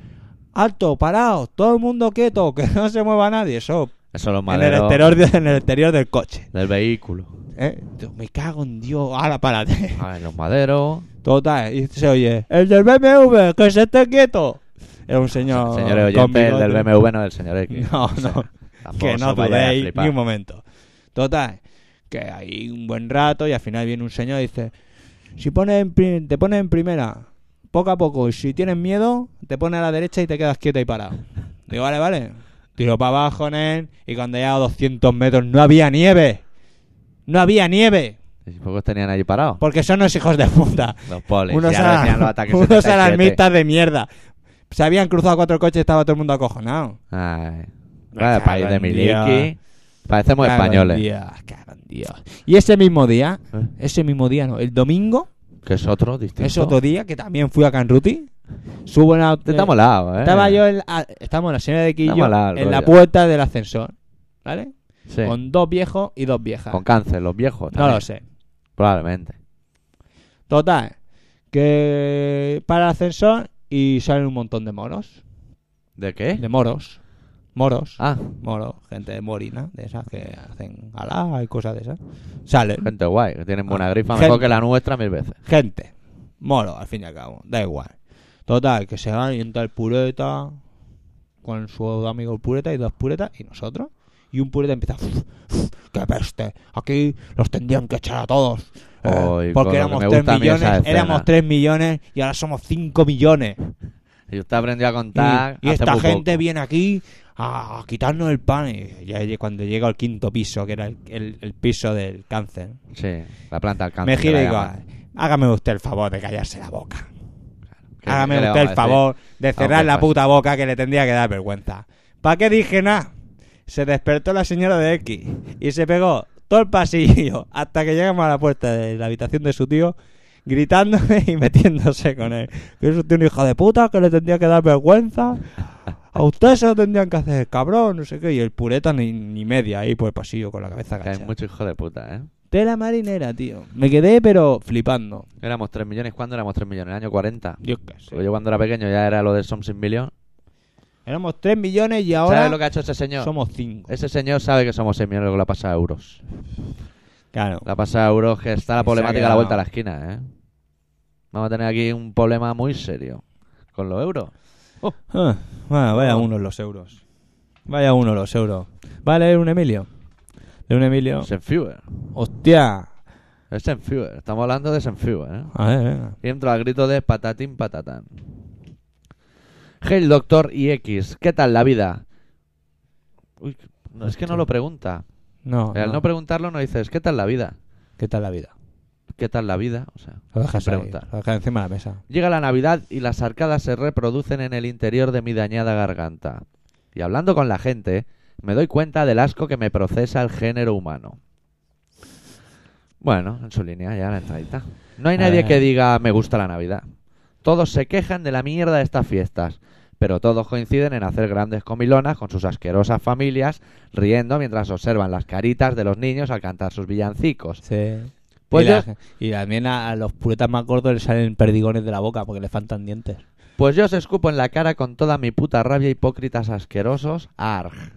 Alto, parado, todo el mundo quieto, que no se mueva nadie. Eso
Eso los
en el,
maderos
exterior, de- en el exterior del coche.
del vehículo.
¿eh? Digo, Me cago en Dios, ahora párate.
A ver, los maderos.
Total, y se oye. El del BMW, que se esté quieto. Es un señor.
Señores
con
oyentes, el del
bigote.
BMW no del señor X.
No,
O sea,
no.
tampoco
que
os
no
vayáis a
dudéis
flipar.
ni un momento. Total, que hay un buen rato y al final viene un señor y dice, si pones en pri- te pones en primera, poco a poco, y si tienes miedo, te pones a la derecha y te quedas quieto y parado. Digo, vale, vale. Tiro para abajo, nen, y cuando llegaba a 200 metros no había nieve. No había nieve,
¿Y pocos tenían allí parados?
porque son los hijos de puta.
Los polis.
Unos,
ya
ala-
decían los ataques
unos
77.
alarmistas de mierda. Se habían cruzado cuatro coches y estaba todo el mundo acojonado.
Ay.
Me
Vaya
cago
país de
en Dios.
Miliki.
Cago
Parecemos
en
españoles.
Dios, cago en Dios. Y ese mismo día,
¿Eh?
ese mismo día no, el domingo,
Que es otro distinto.
es otro día que también fui a Canruti. Subo en la,
Te está molado, eh.
Estaba yo en la, estamos en la señora de Quillo,
molado el
en la
rollo.
puerta del ascensor, ¿vale?
Sí. Con,
Con dos viejos y dos viejas.
cáncer, los viejos.
no
también,
lo sé.
Probablemente.
Total, que para el ascensor y salen un montón de moros.
¿De qué?
De moros. Moros.
Ah,
Moros, gente de morina, de esas que hacen alá y cosas de esas. Salen.
gente guay, que tienen buena
Ah,
grifa,
gente-
mejor que la nuestra mil veces.
Gente. Moro, al fin y al cabo. Da igual. Total, que se van y entra el pureta con su amigo el pureta y dos puretas y nosotros. Y un pureta empieza... "Uf, uf, ¡Qué peste! Aquí los tendrían que echar a todos. eh,
Oy, con lo
porque
que
éramos
me
3
gusta a mí esa
millones,
escena.
éramos 3 millones y ahora somos 5 millones.
Y usted aprendió a
Y,
contar.
Mm. y
hace
esta
muy
gente
poco.
viene aquí a, quitarnos el pan. Y ya lle- cuando llega al quinto piso, que era el- el- el piso del cáncer,
Sí, la planta al cáncer.
me giro
la
y digo, "Ah,
llaman.
hágame usted el favor de callarse la boca.
¿Qué-
Hágame
qué le
usted el
vamos a decir?
favor de cerrar
Vamos,
la
pues.
puta boca que le tendría que dar vergüenza. ¿Para qué dije nada? Se despertó la señora de X y se pegó todo el pasillo hasta que llegamos a la puerta de la habitación de su tío gritándome y metiéndose con él. Que es usted un hijo de puta que le tendría que dar vergüenza. A usted se lo tendrían que hacer, cabrón, no sé qué. Y el pureta ni, ni media ahí por el pasillo con la cabeza
Que hay
agachada.
mucho hijo de puta, ¿eh?
Tela marinera, tío. Me quedé pero flipando.
Éramos 3 millones. ¿Cuándo éramos 3 millones? En el año 40.
Dios que sé.
Porque Yo cuando era pequeño ya era lo de Something Million.
Éramos 3 millones y
¿Sabes
ahora
lo que ha hecho ese señor?
somos 5.
Ese señor sabe que somos 6 millones, lo que le ha pasado a euros.
Claro.
La pasada euros que está la
Se ha
problemática a
quedado.
la vuelta a la esquina, ¿eh? Vamos a tener aquí un problema muy serio con los euros.
Ah, bueno, vaya uno los euros. Vaya uno los euros. Vale, un Emilio. De un Emilio.
Senfewer.
Hostia.
Es Senfewer. Estamos hablando de Senfewer, ¿eh?
A ver, venga.
Y entro al grito de patatín patatán. Hail Doctor y X, ¿qué tal la vida? Uy, no, es que no lo pregunta.
No,
Al no
no.
preguntarlo no dices, ¿qué tal la vida?
¿Qué tal la vida?
¿Qué tal la vida? O sea,
Lo dejas ahí.
Pregunta.
Lo dejas encima de la mesa.
Llega la Navidad y las arcadas se reproducen en el interior de mi dañada garganta. Y hablando con la gente, me doy cuenta del asco que me procesa el género humano. Bueno, en su línea ya la entradita. No hay
A
nadie
ver.
que diga me gusta la Navidad. Todos se quejan de la mierda de estas fiestas, pero todos coinciden en hacer grandes comilonas con sus asquerosas familias, riendo mientras observan las caritas de los niños al cantar sus villancicos.
Sí.
Pues
y,
yo-
la- y también a, a los puretas más gordos les salen perdigones de la boca porque les faltan dientes.
Pues yo os escupo en la cara con toda mi puta rabia, hipócritas asquerosos, arg.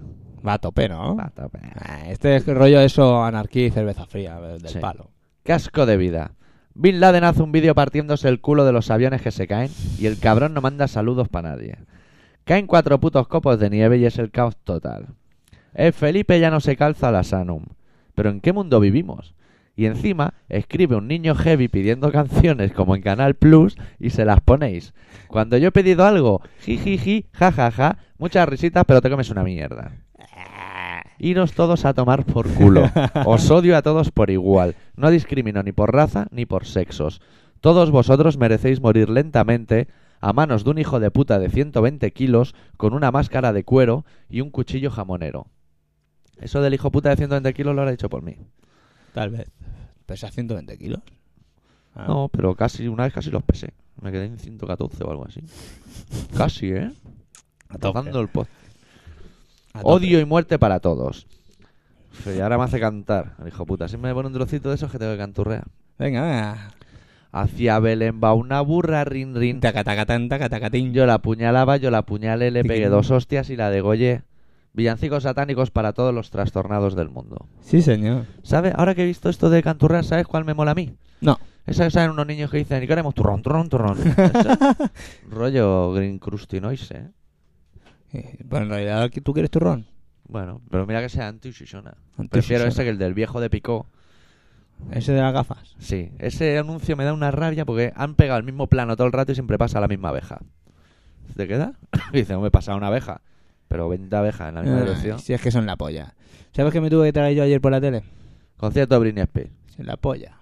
Va a tope, ¿no?
Mata, pe-
Ah, Este es rollo eso anarquía y cerveza fría eh, del
Sí.
palo.
Casco de vida. Bin Laden hace un vídeo partiéndose el culo de los aviones que se caen y el cabrón no manda saludos para nadie. Caen cuatro putos copos de nieve y es el caos total. El Felipe ya no se calza la Sanum. Pero ¿en qué mundo vivimos? Y encima escribe un niño heavy pidiendo canciones como en Canal Plus y se las ponéis. Cuando yo he pedido algo, jijiji, jajaja, muchas risitas, pero te comes una mierda. Iros todos a tomar por culo. Os odio a todos por igual. No discrimino ni por raza ni por sexos. Todos vosotros merecéis morir lentamente a manos de un hijo de puta de 120 kilos con una máscara de cuero y un cuchillo jamonero. Eso del hijo puta de 120 kilos lo habrá dicho por mí.
Tal vez. ¿Pesa 120 kilos? Ah.
No, pero casi, una vez casi los pesé. Me quedé en 114 o algo así. Casi, ¿eh? Tocando el post.
A tope.
Odio y muerte para todos. Sí, Y ahora me hace cantar, el hijo puta. Si me pone un trocito de esos que tengo que canturrear.
Venga, venga.
Hacia Belén va una burra, rin, rin.
Tacatacatán, tacatín.
Yo la apuñalaba, yo la apuñalé, le
Tiquín.
pegué dos hostias y la degollé. Villancicos satánicos para todos los trastornados del mundo.
Sí, señor.
¿Sabes? Ahora que he visto esto de canturrear, ¿sabes cuál me mola a mí?
No.
Esas saben unos niños que dicen, ¿y qué haremos? Turrón, turrón, turrón. Eso. Rollo Green Crusty Noise, ¿eh?
Eh, Bueno, en realidad aquí tú quieres turrón.
Bueno, pero mira que sea anti Shishona.
Anti
Prefiero
Shishona.
ese que el del viejo de Picó.
Ese de las gafas.
Sí, ese anuncio me da una rabia porque han pegado el mismo plano todo el rato y siempre pasa la misma abeja. ¿Se te queda? y dice, no me pasa una abeja. Pero 20 abejas en la misma
Ay,
dirección.
Ah, si es que son la polla. ¿Sabes qué me tuve que traer yo ayer por la tele?
Concierto de Britney Spears.
Se la polla.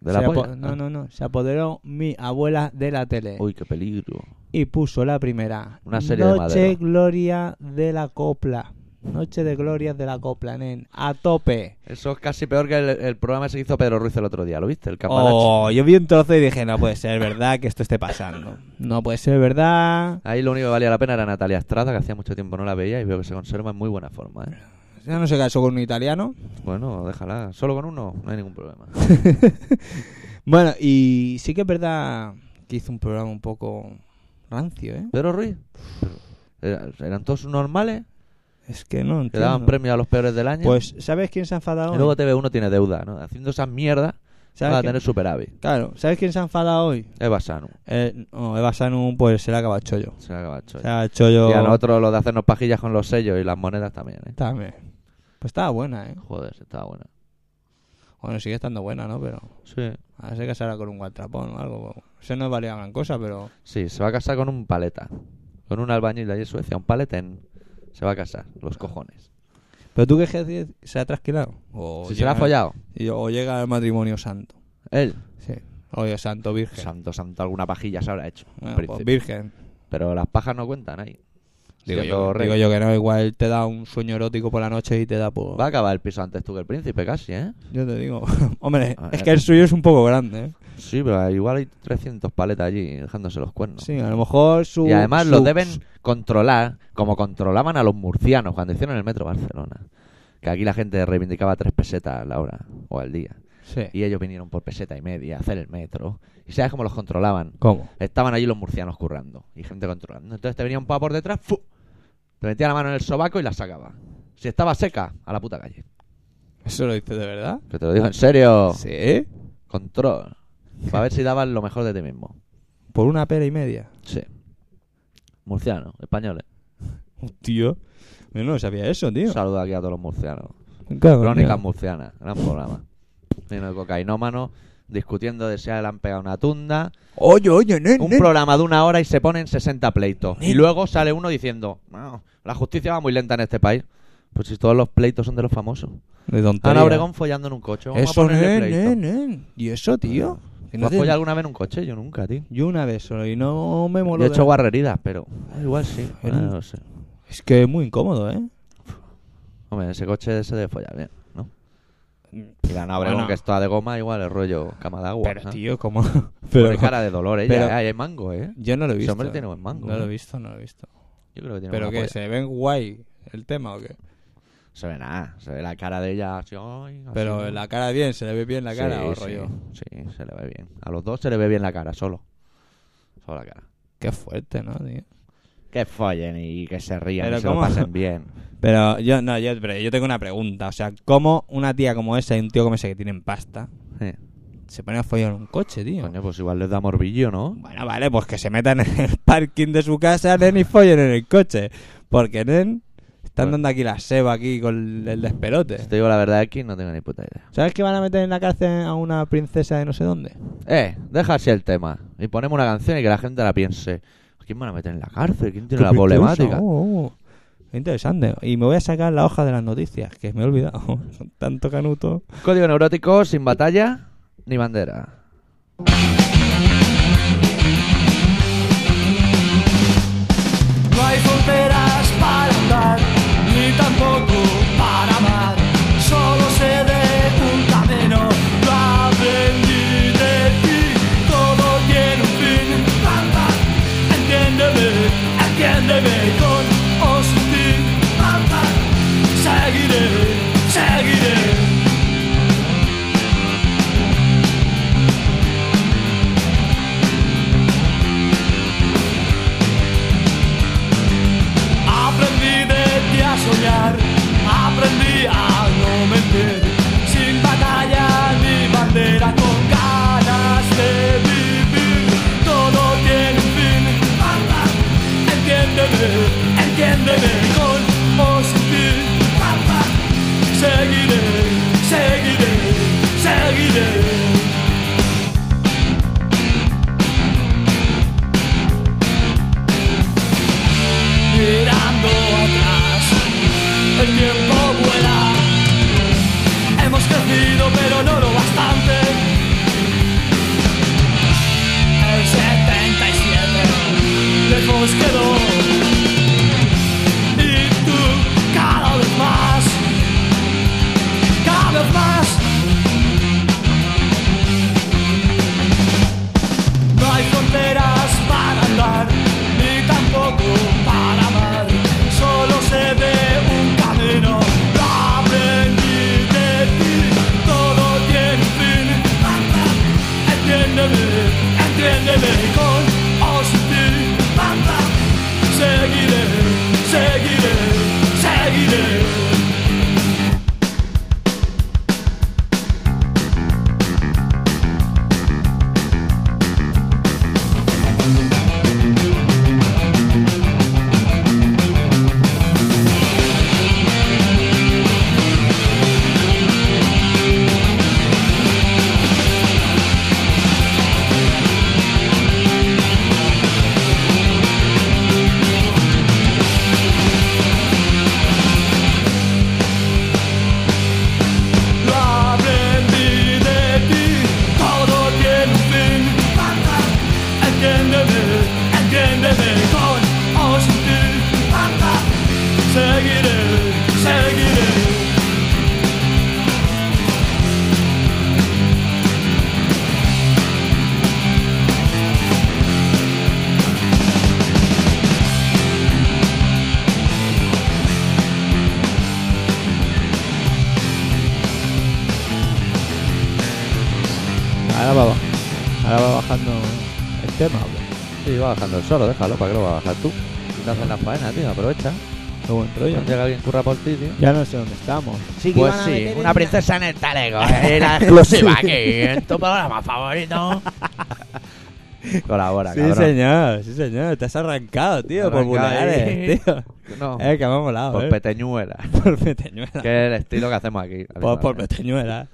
De
Se
la
apo-
polla. Ah.
pues, No,
Eh.
no, no. Se apoderó mi abuela de la tele.
Uy, qué peligro.
Y puso la primera.
Una serie de
Noche
Madero.
Gloria de la Copla. Noche de Gloria de la Copla, nen. A tope.
Eso es casi peor que el, el programa ese que hizo Pedro Ruiz el otro día. ¿Lo viste? El caparachi.
Oh, yo vi un trozo y dije, no puede ser verdad que esto esté pasando. No puede ser verdad.
Ahí lo único que valía la pena era Natalia Estrada, que hacía mucho tiempo no la veía y veo que se conserva en muy buena forma. ¿eh?
Ya no se casó con un italiano.
Bueno, déjala. Solo con uno no hay ningún problema.
Bueno, y sí que es verdad que hizo un programa un poco rancio, ¿eh?
Pedro Ruiz. Era- Eran todos normales
Es que no
que
entiendo.
daban premios a los peores del año.
Pues, ¿sabes quién se ha enfadado
y
hoy?
luego TV1 tiene deuda, ¿no? Haciendo esas mierdas
¿Sabes
va a
quién-
tener superávit.
Claro, ¿sabes quién se ha enfadado hoy?
Eva Sanu.
Eh, no, Eva Sanu, pues se la acaba el chollo.
Se la acaba el
Se
chollo.
la acaba el chollo
Pues Y a nosotros lo de hacernos pajillas con los sellos y las monedas también, ¿eh?
también. Pues estaba buena, ¿eh?
Joder, sí, estaba buena.
Bueno, sigue estando buena, ¿no? Pero
Sí.
a ver si casará con un guantrapón o algo. Eso no valía gran cosa, pero...
Sí, se va a casar con un paleta. Con un albañil de allí en Suecia. Un paleten. Se va a casar. Los cojones.
¿Pero tú qué es que decir? ¿Se ha trasquilado? O
si Pues se la ha
llega-
follado.
y- O llega el matrimonio santo.
Él.
Sí. Oye, santo virgen.
Santo, santo, alguna pajilla se habrá hecho. en
Bueno,
principio.
pues, virgen.
Pero las pajas no cuentan ahí.
Digo
Siendo
yo,
rey.
digo yo que no, igual te da un sueño erótico por la noche y te da por...
Va a acabar el piso antes tú que el príncipe, casi, ¿eh?
Yo te digo, hombre,
A
es
ver.
que el suyo es un poco grande, ¿eh?
Sí, pero igual hay 300 paletas allí dejándose los cuernos.
Sí, a lo mejor su...
Y además
su-
los deben controlar como controlaban a los murcianos cuando hicieron el metro Barcelona. Que aquí la gente reivindicaba tres pesetas a la hora o al día.
Sí.
Y ellos vinieron por peseta y media a hacer el metro. ¿Y sabes cómo los controlaban?
¿Cómo?
Estaban allí los murcianos currando y gente controlando. Entonces te venía un pavo por detrás, ¡fu! te metía la mano en el sobaco y la sacaba. Si estaba seca, a la puta calle.
¿Eso lo dices de verdad?
Que te lo digo en serio.
Sí.
Control. Para ver si daban lo mejor de ti mismo.
Por una pera y media.
Sí. Murcianos, españoles.
Tío. Yo no sabía eso, tío.
Un saludo aquí a todos los murcianos.
Cago en
Crónicas
Dios.
murcianas, gran programa. Lleno de cocainómanos, discutiendo de si a él le han pegado una tunda.
Oye, oye, nen,
Un
nen.
programa de una hora y se ponen 60 pleitos. Y
Nen.
luego sale uno diciendo, "No, la justicia va muy lenta en este país. Pues si todos los pleitos son de los famosos.
De tontería.
Ana Obregón follando en un coche. Vamos a
Eso,
ponerle
nen,
pleito. Ah, pues
nen, nen. ¿Y eso, tío? Que
¿Tú
no
has
te-
follado alguna vez en un coche? Yo nunca, tío.
Yo una vez solo y no me
Yo
moló.
he
de-
hecho guarreridas, pero... ah, Igual sí.
En
ah,
un-
no sé.
Es que es muy incómodo, ¿eh?
Hombre, ese coche se debe follar bien, ¿no? Y la Ana Obregón,
Bueno.
que es toda de goma, igual el rollo cama de agua.
Pero,
¿no?
tío, como...
Pone
Pero
cara de dolor ella,
pero-
¿eh? Ahí hay mango, ¿eh?
yo no lo he
Ese
visto.
hombre tiene buen mango,
No lo he
¿eh?
visto, no lo he visto.
Yo creo que tiene
¿Pero
buena
qué?
polla.
¿Se ven guay el tema o qué?
Se ve nada, se ve la cara de ella así, ay, así,
Pero
¿no?
la cara bien, se le ve bien la
Sí,
cara o
sí,
rollo.
Sí, se le ve bien. A los dos se le ve bien la cara, solo. Solo la cara.
Qué fuerte, ¿no, tío?
Que follen y que se rían
Pero
y se
¿cómo?
lo pasen bien.
Pero yo, no, yo, pero yo tengo una pregunta. O sea, ¿cómo una tía como esa y un tío como ese que tienen pasta
Eh,
se pone a follar en un coche, tío?
Coño, pues igual les da morbillo, ¿no?
Bueno, vale, pues que se metan en el parking de su casa, nen, y follen en el coche. Porque, nen, están
Bueno.
dando aquí la seba aquí con el
Si
despelote.
te digo la verdad aquí, no tengo ni puta idea.
¿Sabes que van a meter en la cárcel a una princesa de no sé dónde?
Eh, deja así el tema. Y ponemos una canción y que la gente la piense. ¿A ¿Quién van a meter en la cárcel? ¿Quién tiene la problemática?
Oh, oh. Interesante. Y me voy a sacar la hoja de las noticias, que me he olvidado. Son tanto canuto.
Código neurótico sin batalla ni bandera.
No hay fronteras para andar, ni tampoco para amar. Solo sé de un camino, lo aprendí de ti. Todo tiene un fin. Entiéndeme, entiéndeme con seguiré, seguiré, seguiré. mirando atrás. El tiempo vuela. Hemos crecido pero no lo bastante. El 77 lejos quedó. Y tú cada vez más. Cada vez más. No hay fronteras para andar, ni tampoco para amar. Solo se ve un camino. Lo aprendí de ti, todo tiene un fin. Entiéndeme, entiéndeme con o sin ti. Seguiré, seguiré, seguiré. Lo aprendí de ti, todo tiene un fin. Entiéndeme, entiéndeme con o sin ti. Seguiré, seguiré.
Ahora va, ahora va bajando el tema. hombre.
Sí, va bajando el solo, déjalo, ¿para que lo va a bajar tú? Si te hacen las faenas, tío, aprovecha.
Qué buen rollo.
Llega alguien curra por ti, tío.
Ya no sé dónde estamos.
Sí,
Pues sí, una princesa en el talego, eh, la exclusiva aquí, en tu programa favorito. Colabora,
Sí,
cabrón.
señor, sí, señor. Te has arrancado, tío,
Me he
por
arrancado
vulgares, tío.
No,
Es que me ha molado,
por
eh.
peteñuela,
por peteñuela.
que es el estilo que hacemos aquí.
Pues Por, por peteñuela.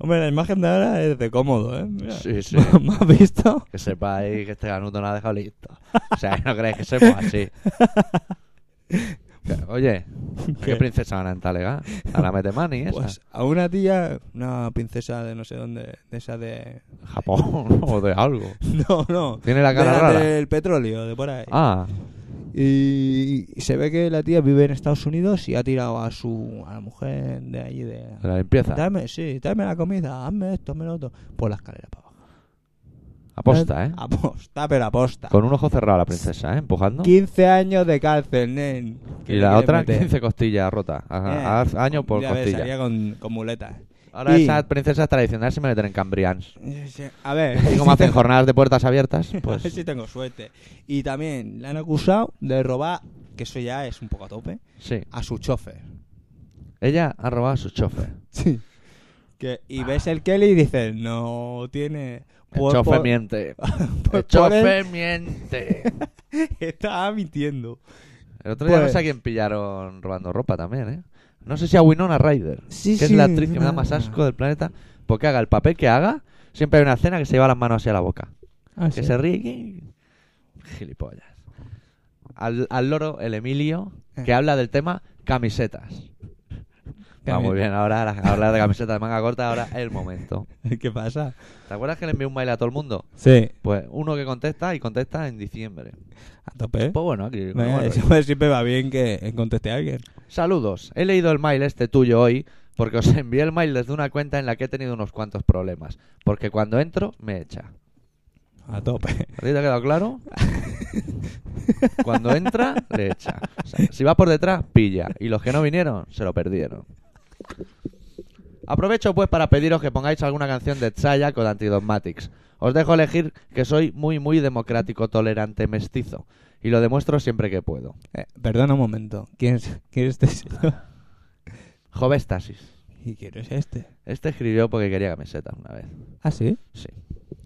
Hombre, la imagen de ahora es de cómodo, ¿eh? Mira.
Sí, sí.
¿Me has visto?
Que sepáis que este ganuto no ha dejado listo. O sea, no creéis que seamos así. Que- Oye, ¿a
¿Qué?
¿qué princesa van a entalega? A la Metemani, esa.
Pues a una tía, una princesa de no sé dónde, de esa de...
Japón o de algo.
No, no.
Tiene la cara
de
rara.
Del petróleo, de por ahí.
Ah,
Y, y se ve que la tía vive en Estados Unidos y ha tirado a su a la mujer de allí de...
la limpieza.
Dame, sí, dame la comida, hazme esto, hazme lo otro. Por la escalera para abajo.
Aposta, ¿eh?
Aposta, pero aposta.
Con un ojo cerrado la princesa, ¿eh? Empujando.
15 años de cárcel, nen. ¿Qué
Y
le
la
quieres
otra,
meter?
15 costillas rotas. Ajá, haz año por
ya ves, salía
costilla.
con, con muletas.
Ahora
Eh, Y-
esas princesas tradicionales se me meten en Cambrians.
A ver,
Y como hacen jornadas de puertas abiertas,
a ver
pues
si tengo suerte. Y también la han acusado de robar, que eso ya es un poco a tope,
sí.
a su chofer.
Ella ha robado a su chofer.
Sí. Ah. Que, y ves el Kelly y dices, no tiene... Pues,
El
por-
chofer
por-
miente.
por-
El
por él
chofer miente.
Estaba mintiendo.
El otro día no
Pues-
sé a quién pillaron robando ropa también, ¿eh? No sé si a Winona Ryder,
Sí,
que
sí,
es la actriz que me da
una-
más asco del planeta, porque haga el papel que haga, siempre hay una escena que se lleva las manos hacia la boca.
¿Ah,
que se ríe. y- Gilipollas. Al, al loro, el Emilio, que
Eh.
habla del tema camisetas. Va
Cami-
muy bien, ahora la- hablar de camisetas de manga corta, ahora es el momento.
¿Qué pasa?
¿Te acuerdas que le envié un mail a todo el mundo?
Sí,
Pues uno que contesta y contesta en diciembre.
a tope.
Pues bueno, aquí.
Venga,
bueno,
siempre- siempre va bien que conteste a alguien.
Saludos, he leído el mail este tuyo hoy porque os envié el mail desde una cuenta en la que he tenido unos cuantos problemas. Porque cuando entro, me echa.
A tope.
¿A ti te ha quedado claro? Cuando entra, le echa. O sea, si va por detrás, pilla. Y los que no vinieron, se lo perdieron. Aprovecho pues para pediros que pongáis alguna canción de Chaya con Antidogmatics. Os dejo elegir que soy muy, muy democrático, tolerante, mestizo. Y lo demuestro siempre que puedo.
Eh, perdona un momento. ¿Quién es, quién es este señor?
Jovestasis.
¿Y quién es este?
Este escribió porque quería camisetas una vez.
¿Ah, sí?
Sí.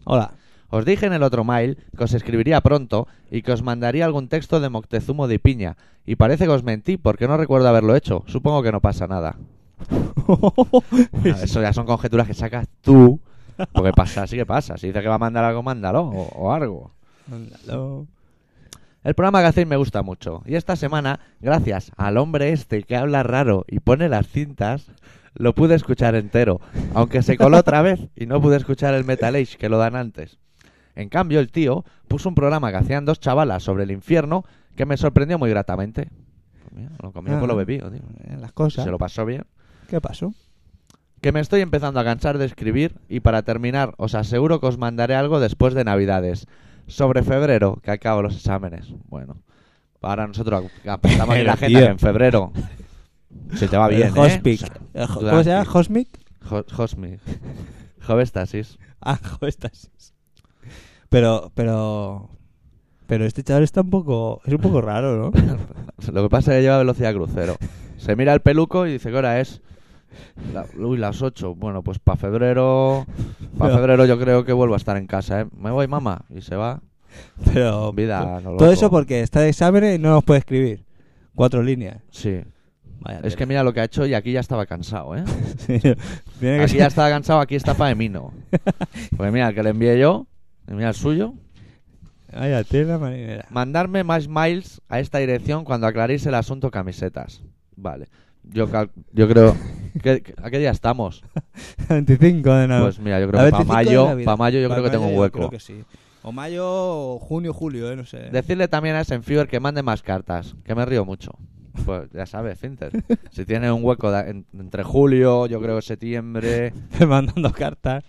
Hola.
Os dije en el otro mail que os escribiría pronto y que os mandaría algún texto de Moctezuma de Piña. Y parece que os mentí porque no recuerdo haberlo hecho. Supongo que no pasa nada. Bueno, eso ya son conjeturas que sacas tú. Porque pasa, sí que pasa. Si dice que va a mandar algo, mándalo. O, o algo. El programa que hacéis me gusta mucho. Y esta semana, gracias al hombre este que habla raro y pone las cintas, lo pude escuchar entero. Aunque se coló otra vez y no pude escuchar el Metal Age que lo dan antes. En cambio, el tío puso un programa que hacían dos chavalas sobre el infierno que me sorprendió muy gratamente. Pues mira, lo comí,
Ah.
pues lo bebí. oh, tío.
Eh, Las cosas.
Se lo pasó bien.
¿Qué pasó?
Que me estoy empezando a cansar de escribir y para terminar os aseguro que os mandaré algo después de Navidades. Sobre febrero, que acabo los exámenes. Bueno, ahora nosotros apretamos bien la
Pero,
agenda
tío.
que en febrero se te va bien.
el
¿eh?
Hospic.
O sea,
El jo-
tú
¿Cómo se llama?
tranqui.
¿Hosmic?
Jo- Josmi. Jovestasis.
Ah, Joestasis. Pero, pero. Pero este chaval está un poco. Es un poco raro, ¿no?
Lo que pasa es que lleva velocidad crucero. Se mira el peluco y dice, ¿qué hora es? La- uy, las 8. Bueno, pues para febrero... Para
Pero-
febrero yo creo que vuelvo a estar en casa, ¿eh? Me voy, mamá. Y se va.
Pero.
Vida, no
Todo
loco.
eso porque está de exámenes y no nos puede escribir. Cuatro líneas.
Sí.
Vaya
Es que
tela.
mira lo que ha hecho y aquí ya estaba cansado, ¿eh?
Tiene que
Aquí
ser-
ya estaba cansado, aquí está para Emino. Pues mira, el que le envié yo, y mira el suyo.
Vaya tela marinera.
Mandarme más miles a esta dirección cuando aclaréis el asunto camisetas. Vale. Yo, cal- yo creo... ¿qué- qué- ¿A qué día estamos?
25 de
Pues
noviembre.
mira, yo
A
creo que para
25 de
mayo,
Navidad.
para mayo yo
Pa'
creo que tengo
mayo
un
yo
hueco.
creo que sí. O mayo, o junio, julio, eh, no sé.
Decirle también a Senfewer que mande más cartas, que me río mucho. Pues ya sabes, Finter. Si tiene un hueco de- en- entre julio, yo creo que septiembre...
Te mandando cartas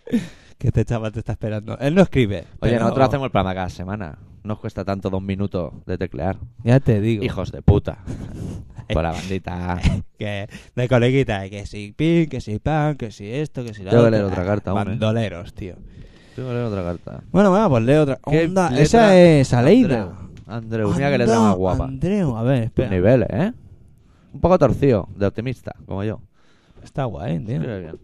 que este chaval te está esperando. Él no escribe.
Oye,
pero-
nosotros hacemos el programa cada semana. Nos cuesta tanto dos minutos de teclear.
Ya te digo.
Hijos de puta. Por la bandita.
que de coleguita, que si pin, que si pan, que si esto, que si la
Tengo que
otra.
leer otra carta aún, ¿eh?
Bandoleros, tío.
Tengo que leer otra carta.
Bueno, bueno, pues leo otra.
¿Qué
Onda,
letra?
esa es Aleida.
Andreu. Andreu, mira que letra más guapa.
Andreu, a ver, espera.
Niveles, ¿eh? Un poco torcido, de optimista, como yo.
Está guay, tío.
Escribe bien.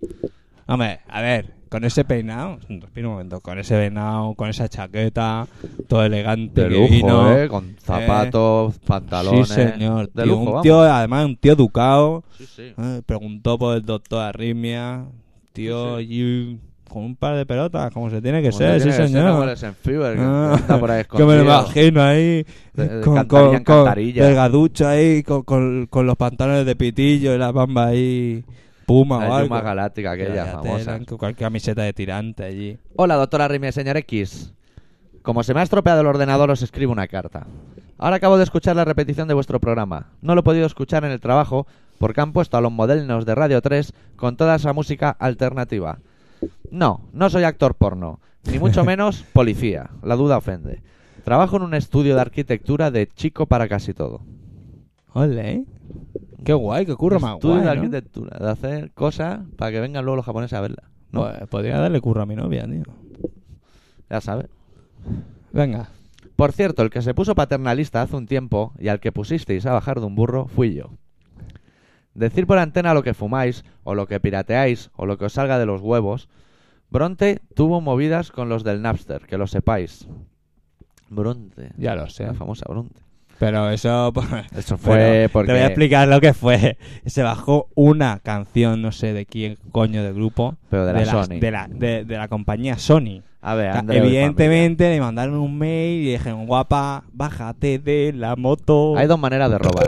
Hombre, a ver, con ese peinado, respira un momento, con ese peinado, con esa chaqueta, todo elegante,
De
que
lujo,
vino.
¿eh? Con zapatos,
Sí,
pantalones.
señor.
De
tío,
lujo,
un
vamos.
tío, además, un tío educado.
Sí, sí.
eh, preguntó por el doctor Arritmia. Tío,
Sí,
allí con un par de pelotas, como se tiene que
Como
ser,
tiene
sí,
que ser, como
señor.
el Senfewer, que
Ah,
está por ahí
que me lo
escondido.
imagino ahí.
De- de
con,
cantarilla
con- con-
en cantarilla.
delgaducho ahí, con, con- con los pantalones de pitillo y la bamba ahí. Puma o
La
algo.
Yuma Galáctica, aquella
Vaya
famosa.
tela, con cualquier camiseta de tirante allí.
Hola, doctora Rime, señor X. Como se me ha estropeado el ordenador, os escribo una carta. Ahora acabo de escuchar la repetición de vuestro programa. No lo he podido escuchar en el trabajo porque han puesto a los modernos de Radio 3 con toda esa música alternativa. No, no soy actor porno, ni mucho menos policía. La duda ofende. Trabajo en un estudio de arquitectura de chico para casi todo.
Ole, ¿eh?
Qué guay, qué curro más
Estudio
guay,
de
¿no?
arquitectura, de hacer cosas para que vengan luego los japoneses a verla. ¿no?
eh,
Pues, podría darle curro a mi novia, tío.
Ya sabes.
Venga.
Por cierto, el que se puso paternalista hace un tiempo y al que pusisteis a bajar de un burro fui yo. Decir por antena lo que fumáis, o lo que pirateáis, o lo que os salga de los huevos. Bronte tuvo movidas con los del Napster, que lo sepáis. Bronte.
Ya lo sé.
La famosa Bronte.
Pero eso...
Eso
Bueno,
fue porque...
Te voy a explicar lo que fue. Se bajó una canción, no sé de quién coño del grupo.
Pero de la Sony.
De la, de- de la compañía Sony.
A ver,
O sea,
Andreu y
Evidentemente le mandaron un mail y dijeron, guapa, bájate de la moto.
familia. Hay dos maneras de robar.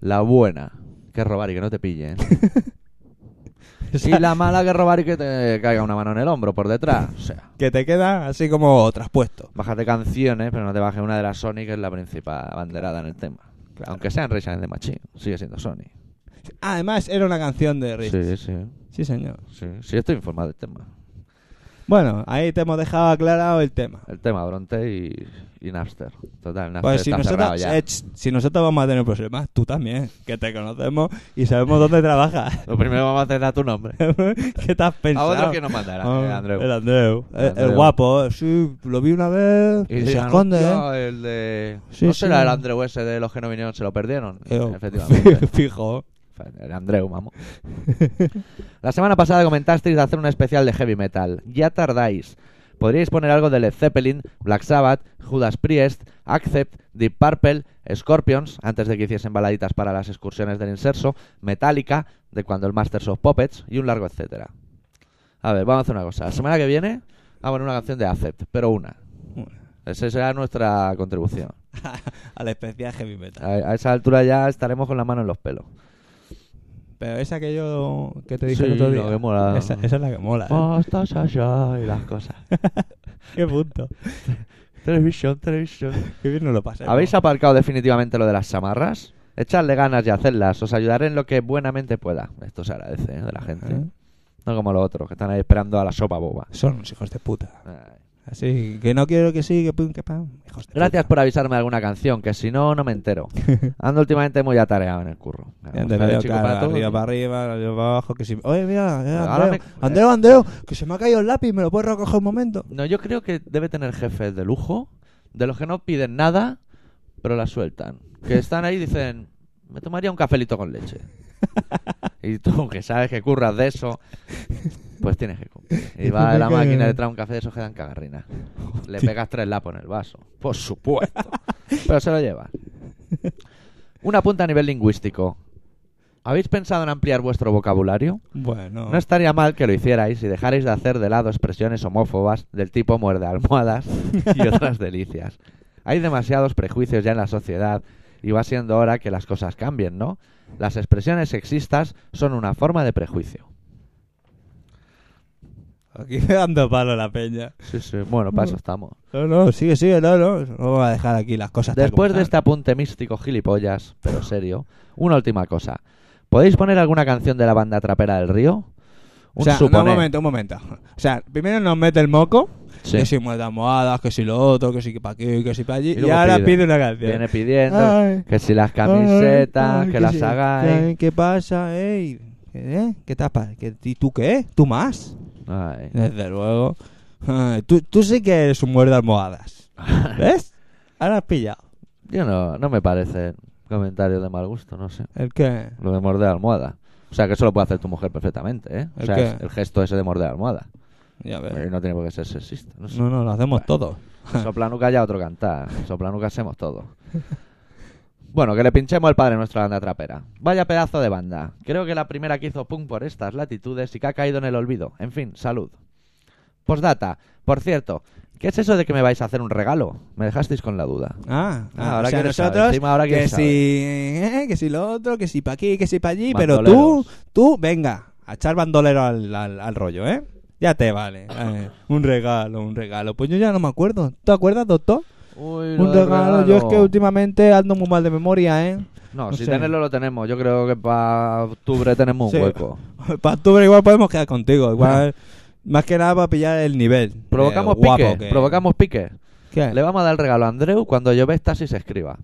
La buena, que es robar y que no te pillen.
O
y
sea,
la mala, que es robar y que te caiga una mano en el hombro por detrás. O sea...
Que te queda así como traspuesto.
Bájate canciones, pero no te bajes una de las Sony, que es la principal banderada en el tema. Aunque sean Rage Against the Machine, sigue siendo Sony.
Además, era una canción de Rich.
Sí, sí,
Sí, señor.
sí. Sí, estoy informado del tema.
Bueno, ahí te hemos dejado aclarado el tema.
El tema Bronte y, y Napster. Total, Napster
Pues si
está cerrado
nosotros,
ya.
eh, ch, si nosotros vamos a tener problemas, tú también, que te conocemos y sabemos dónde trabajas.
Lo primero vamos a hacer es dar tu nombre.
¿Qué te has
A
pensado?
otro que nos mandará,
Ah,
eh, Andreu.
El Andreu. El, el
Andreu.
guapo, eh. sí, lo vi una vez.
Y
Y se
dirán,
esconde, ¿eh?
"Hostia, el de...
Sí,
no
sí.
será el Andreu ese de los que no vinieron, se lo perdieron.
Eh,
Efectivamente.
Fijo.
El Andreu, vamos. La semana pasada comentasteis de hacer un especial de heavy metal. Ya tardáis. Podríais poner algo de Led Zeppelin, Black Sabbath, Judas Priest, Accept, Deep Purple, Scorpions, antes de que hiciesen baladitas para las excursiones del inserso, Metallica, de cuando el Masters of Puppets, y un largo etcétera. A ver, vamos a hacer una cosa. La semana que viene, ah, bueno, una canción de Accept, pero una. Esa será nuestra contribución.
a la especial heavy metal.
A, a esa altura ya estaremos con la mano en los pelos.
Pero esa que yo que te dije
Sí,
el otro
lo
día.
que mola. Oh.
Esa, esa es la que mola. ¿eh?
Hasta allá y las cosas.
Qué punto.
Televisión, televisión.
Qué bien nos lo pasa.
¿Habéis aparcado definitivamente lo de las samarras? Echarle ganas y hacerlas. Os ayudaré en lo que buenamente pueda. Esto se agradece ¿eh? de la gente. No como los otros, que están ahí esperando a la sopa boba.
Son unos hijos de puta.
Ay.
Así que no quiero que sí, que pum, que pam. Hijos de
Gracias
puta.
por avisarme de alguna canción, que si no, no me entero. Ando últimamente muy atareado en el curro.
Ya
Como
te
está el
veo,
chico
claro,
para todo,
arriba para arriba, arriba para abajo. Que si... Oye, mira, eh,
Regálame-
Andreo, Andreo, Andreo, que se me ha caído el lápiz, ¿me lo puedes recoger un momento?
No, yo creo que debe tener jefes de lujo, de los que no piden nada, pero la sueltan. Que están ahí y dicen, me tomaría un cafelito con leche. y tú, que sabes que curras de eso, pues tienes que cumplir. Y
Y
va
tú
a la
te cagas.
máquina de trae un café de esos que dan cagarrina. Le pegas tres lapos en el vaso. Por supuesto. pero se lo llevas. Una punta a nivel lingüístico. ¿Habéis pensado en ampliar vuestro vocabulario?
Bueno,
No estaría mal que lo hicierais y dejarais de hacer de lado expresiones homófobas del tipo muerde almohadas y otras delicias. Hay demasiados prejuicios ya en la sociedad y va siendo hora que las cosas cambien, ¿no? Las expresiones sexistas son una forma de prejuicio.
aquí me dando palo la peña.
Sí, sí, bueno, para eso estamos.
No, no, sigue, sigue, no, no. No vamos a dejar aquí las cosas. tal
Después
como
de este
están.
apunte místico gilipollas, pero serio, una última cosa. ¿Podéis poner alguna canción de la banda trapera del río?
O sea, no, un
suponer.
momento, un momento. O sea, primero nos mete el moco.
Sí.
Que si muerde almohadas, que si lo otro, que si para aquí, que si para allí.
Y
Y,
luego
ahora
pide.
pide, una canción.
Viene pidiendo
Ay,
que si las
ay,
camisetas,
ay,
que las eh".
sí.
hagáis.
Ay, ¿Qué pasa, ey? ¿Eh? ¿Qué te pasa? ¿Y tú qué? ¿Tú más?
Ay.
Desde luego. Ay, tú, tú sí que eres un muerde almohadas. ¿Ves? Ahora has pillado.
Yo no, no me parece comentario de mal gusto, no sé.
¿El qué?
Lo de morder almohada. O sea, que eso lo puede hacer tu mujer perfectamente, ¿eh? O
¿El
sea,
qué? Eh.
es- el gesto ese de morder almohada.
Ya
Pero
ves.
no tiene por qué ser sexista, no sé.
No, no, lo hacemos todos.
Soplanuca ya otro cantar. Soplanuca hacemos todo. Bueno, que le pinchemos el padre nuestra banda trapera. Vaya pedazo de banda. Creo que la primera que hizo punk por estas latitudes y que ha caído en el olvido. En fin, salud. Postdata. Por cierto, ¿qué es eso de que me vais a hacer un regalo? Me dejasteis con la duda.
Ah,
Ah,
ah,
ahora
o sea,
quieres saber,
nosotros
encima ahora
que
quieres
si, eh, que si lo otro, que si pa' aquí, que si pa' allí, pero tú,
Bandoleros.
tú, venga, a echar bandolero al, al- al rollo, ¿eh? Ya te vale. eh, un regalo, un regalo. Pues yo ya no me acuerdo. ¿Tú te acuerdas, doctor?
Uy, lo
Un
del
regalo. Yo es que
regalo.
últimamente ando muy mal de memoria, ¿eh?
No,
no
si
sé.
tenerlo lo tenemos. Yo creo que para octubre tenemos un
Sí.
hueco.
Para octubre igual podemos quedar contigo. Igual, más que nada para pillar el nivel. de
Provocamos
Eh, guapo
pique.
que-
Provocamos pique.
¿Qué?
Le vamos a dar el regalo a Andreu cuando yo Vestas y se escriba.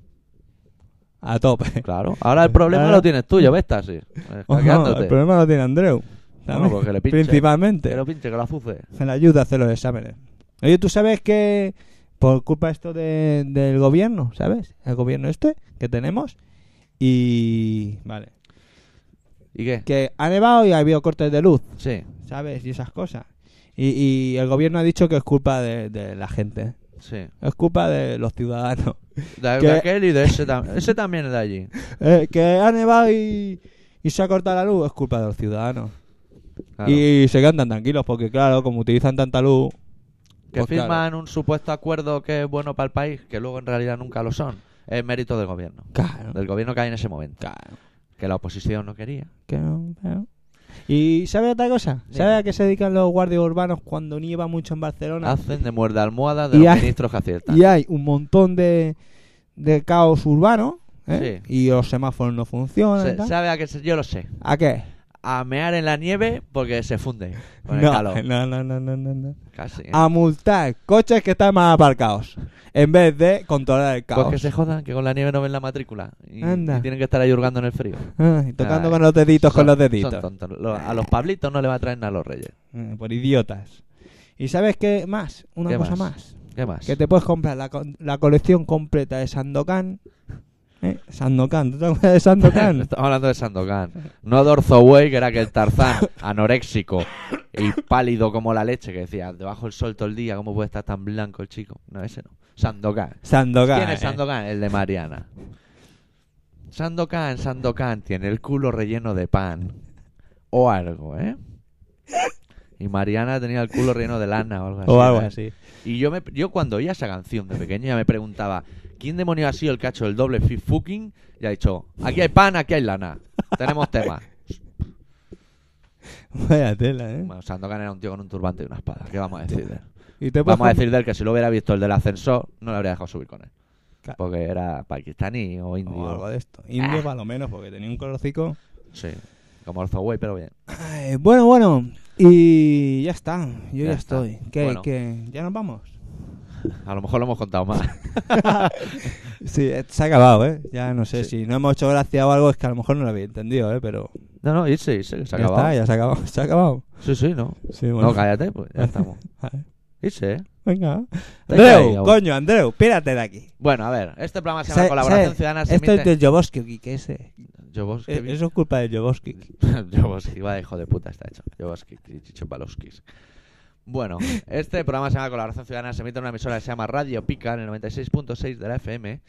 A tope.
Claro. Ahora el problema
Ahora-
lo tienes tú, yo Vestas, sí.
Ojo, el
Escaqueándote.
problema lo tiene Andreu.
Bueno,
También,
pues que le pinche.
principalmente.
Que lo pinche, que lo azuce.
Se le ayuda a hacer los exámenes. Oye, tú sabes que por culpa de esto de- del gobierno, ¿sabes? El gobierno este que tenemos. Y. Vale.
¿Y qué?
Que ha nevado y ha habido cortes de luz,
Sí,
¿sabes? Y esas cosas. Y, y el gobierno ha dicho que es culpa de, de la gente. ¿eh?
sí.
Es culpa de los ciudadanos.
De,
Que-
de aquel y de ese también. Ese también es de allí.
Eh, que ha nevado y, y se ha cortado la luz, es culpa de los ciudadanos.
Claro.
Y se quedan tan tranquilos porque, claro, como utilizan tanta luz.
que
pues claro.
firman un supuesto acuerdo que es bueno para el país, que luego en realidad nunca lo son. Es mérito del gobierno.
Claro.
Del gobierno que hay en ese momento.
claro.
Que la oposición no quería.
Que no, pero- ¿Y sabe otra cosa? ¿Sabe a qué se dedican los guardias urbanos cuando nieva mucho en Barcelona?
Hacen de muerda almohada de
Y
los
hay-
ministros que aciertan.
Y hay un montón de, de caos urbano ¿eh?
Sí.
y los semáforos no funcionan. y
Se-
tal.
¿Sabe a qué? se- Yo lo sé.
¿A qué?
A mear en la nieve porque se funde con el
No,
calor.
no, no, no, no, no, no.
Casi. ¿eh?
A multar coches que están mal aparcados en vez de controlar el
Pues
caos.
que se jodan, que con la nieve no ven la matrícula. Y,
Anda.
y tienen que estar ahí hurgando en el frío.
Ah, y tocando
Ay,
con los deditos,
Son-
con los
son
deditos.
tontos. Lo- a los Pablitos no le va a traer nada a los Reyes.
Eh, Por idiotas. ¿Y sabes qué más? Una
¿Qué
cosa
más?
más.
¿Qué más?
Que te puedes comprar la, co- la colección completa de Sandokan ¿Eh? Sandokan, ¿tú te acuerdas de Sandokan?
Estamos hablando de Sandokan. No de Orzoway, que era aquel Tarzán anoréxico y pálido como la leche, que decía, debajo del sol todo el día, ¿cómo puede estar tan blanco el chico? No, ese no. Sandokan.
Sandokan.
¿Quién es
eh.
Sandokan? El de Mariana. Sandokan, Sandokan tiene el culo relleno de pan. O algo, ¿eh? Y Mariana tenía el culo relleno de lana o algo así.
O algo
¿eh?
así.
Y yo, me, yo cuando oía esa canción de pequeño ya me preguntaba, ¿quién demonio ha sido el cacho del doble fit fucking? Y ha dicho, aquí hay pan, aquí hay lana. Tenemos tema.
Vaya tela, ¿eh?
Bueno, Sandokan era un tío con un turbante y una espada. ¿Qué vamos a decir de él?
Y te
Vamos a
puedes-
decir de él que si lo hubiera visto el del ascensor, no le habría dejado subir con él.
Claro.
Porque era pakistaní o indio.
O algo de esto. Indio, para lo menos, porque tenía un colorcico.
Sí, como el Zoe, pero bien.
Ay, bueno, bueno. Y ya está. Yo
Ya
ya,
está.
estoy. ¿Qué,
Bueno.
qué? ¿Ya nos vamos?
A lo mejor lo hemos contado más.
Sí, eh, se ha acabado, ¿eh? Ya no sé
Sí.
si no hemos hecho gracia o algo, es que a lo mejor no lo había entendido, ¿eh? Pero
No, no, y sí, sí, se ha
ya
acabado.
está, ya se ha acabado. Se ha acabado.
Sí, sí, no.
Sí, bueno.
No, cállate, pues ya estamos.
Vale.
Irse, ¿eh?
Venga.
Venga ahí,
Andreu,
aún.
coño, Andreu, pírate de aquí.
Bueno, a ver, este programa se este
¿Sabe-
llama Colaboración
sabe?
Ciudadana. Se
Esto es
emite...
de Joboski, que ese.
Jobos-
Eh, Eso es culpa de Joboski.
Joboski, va de hijo de puta está hecho. Joboski, Chicho Paloskis. Bueno, este programa se llama Colaboración Ciudadana, se emite en una emisora que se llama Radio Pica en el 96.6 de la FM.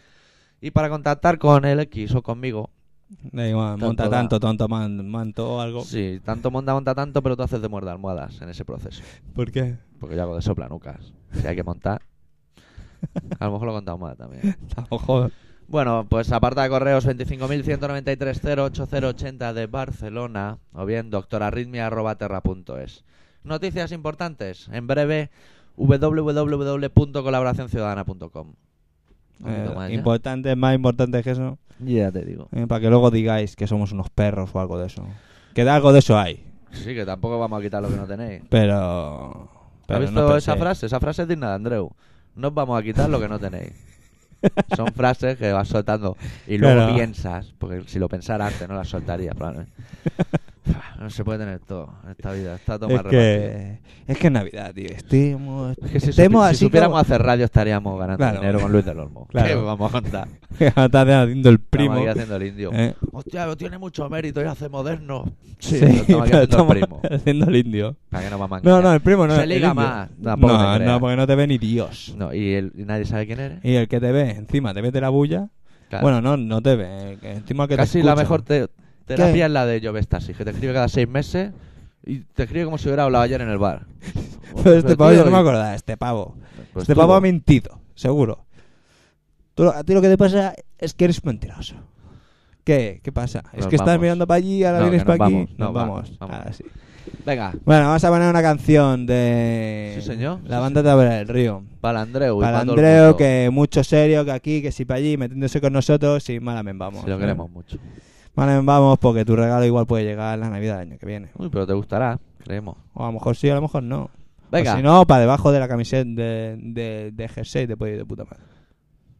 Y para contactar con el X o conmigo,
Da igual,
Tanto
monta
da.
tanto, tonto, man- manto o algo.
sí, tanto monda, monta tanto, pero tú haces de muerda almohadas en ese proceso.
¿Por qué?
Porque yo hago de soplanucas. Si hay que montar, a lo mejor lo he contado mal también.
Ojo.
Bueno, pues aparta de correos 25.193.08080 de Barcelona o bien doctorarritmia.terra.es. Noticias importantes. En breve, www.colaboracionciudadana.com. Un poquito más,
Eh,
¿ya?
importante, más importante que eso.
Ya te digo.
eh, para que luego digáis que somos unos perros o algo de eso. Que de algo de eso hay.
Sí, que tampoco vamos a quitar lo que no tenéis.
Pero. pero
¿Has
no
visto esa
penséis.
frase? Esa frase es digna de Andreu. No os vamos a quitar lo que no tenéis. Son frases que vas soltando y luego
Claro.
piensas, porque si lo pensara antes no las soltaría probablemente. No se puede tener todo en esta vida, está todo
Es
mal repartido.
que, es que es Navidad, tío. Estemos,
Es que si,
estemos
supi- si
así
supiéramos
como-
hacer radio estaríamos ganando
Claro.
dinero con Luis del Olmo.
Claro.
¿Qué vamos a contar? Estamos
Está haciendo el primo.
aquí haciendo el indio.
eh.
Hostia, pero tiene mucho mérito y hace moderno. Sí,
Sí,
lo estamos aquí
pero
haciendo
estamos
el primo.
haciendo el indio.
¿Para qué nos vamos a
No,
engañar?
no, el primo no.
Se
el
liga
indio.
más. Tampoco te
No,
creas.
no, porque no te ve ni Dios.
No, ¿y, el- y nadie sabe quién eres.
Y el que te ve, encima te mete la bulla.
Claro.
Bueno, no, no te ve. eh, que Encima que te
Casi la
escucha.
mejor te- terapia
¿Qué?
es la de Jovestasis, que te escribe cada seis meses y te escribe como si hubiera hablado ayer en el bar.
Pero este pavo, yo
tío,
no me
y-
acordaba, este pavo.
pues
este
tú,
pavo ha mentido, seguro. Tú lo- a ti lo que te pasa es que eres mentiroso. ¿Qué? ¿Qué pasa? es
Nos
que estás
vamos.
mirando para allí, ahora
No,
vienes
que nos
para aquí.
vamos, no, va,
vamos.
vamos.
Ahora sí.
Venga,
Bueno, vamos a poner una canción de
Sí, señor.
la banda Tabla del Río.
para Andreu. y
Para
pa' todo el
Andreu,
mundo,
que mucho serio, que aquí, que si para allí, metiéndose con nosotros y malamen vamos.
Si lo
¿eh?
queremos mucho.
Malamen vamos porque tu regalo igual puede llegar en la Navidad del año que viene.
Uy, pero te gustará, creemos.
O a lo mejor sí, a lo mejor no. O
Venga,
Pues si no, para debajo de la camiseta de, de, de jersey te puede ir de puta madre.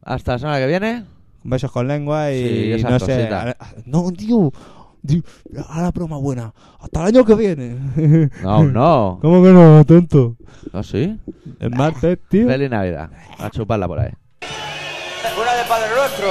hasta la semana que viene.
Besos con lengua y
Sí, esas
no sé.
cositas.
ahora- no, tío. tío, a la broma buena. Hasta el año que viene.
No, no.
¿Cómo que no, tonto?
¿No sí?
El martes, tío.
Feliz Navidad. A chuparla por ahí.
Una de Padre Nuestro.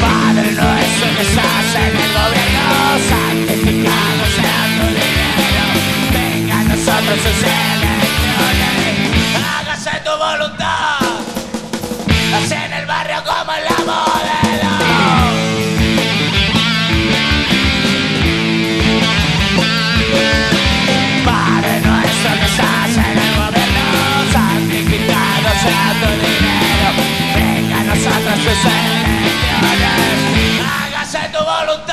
Padre nuestro que estás en el gobierno, santificado sea tu dinero. Venga a nosotros sus elecciones, hágase tu voluntad. Así en el barrio como en la modelo. Padre nuestro que estás en el gobierno, santificado sea tu dinero. Venga a nosotros tus elecciones, hágase tu voluntad.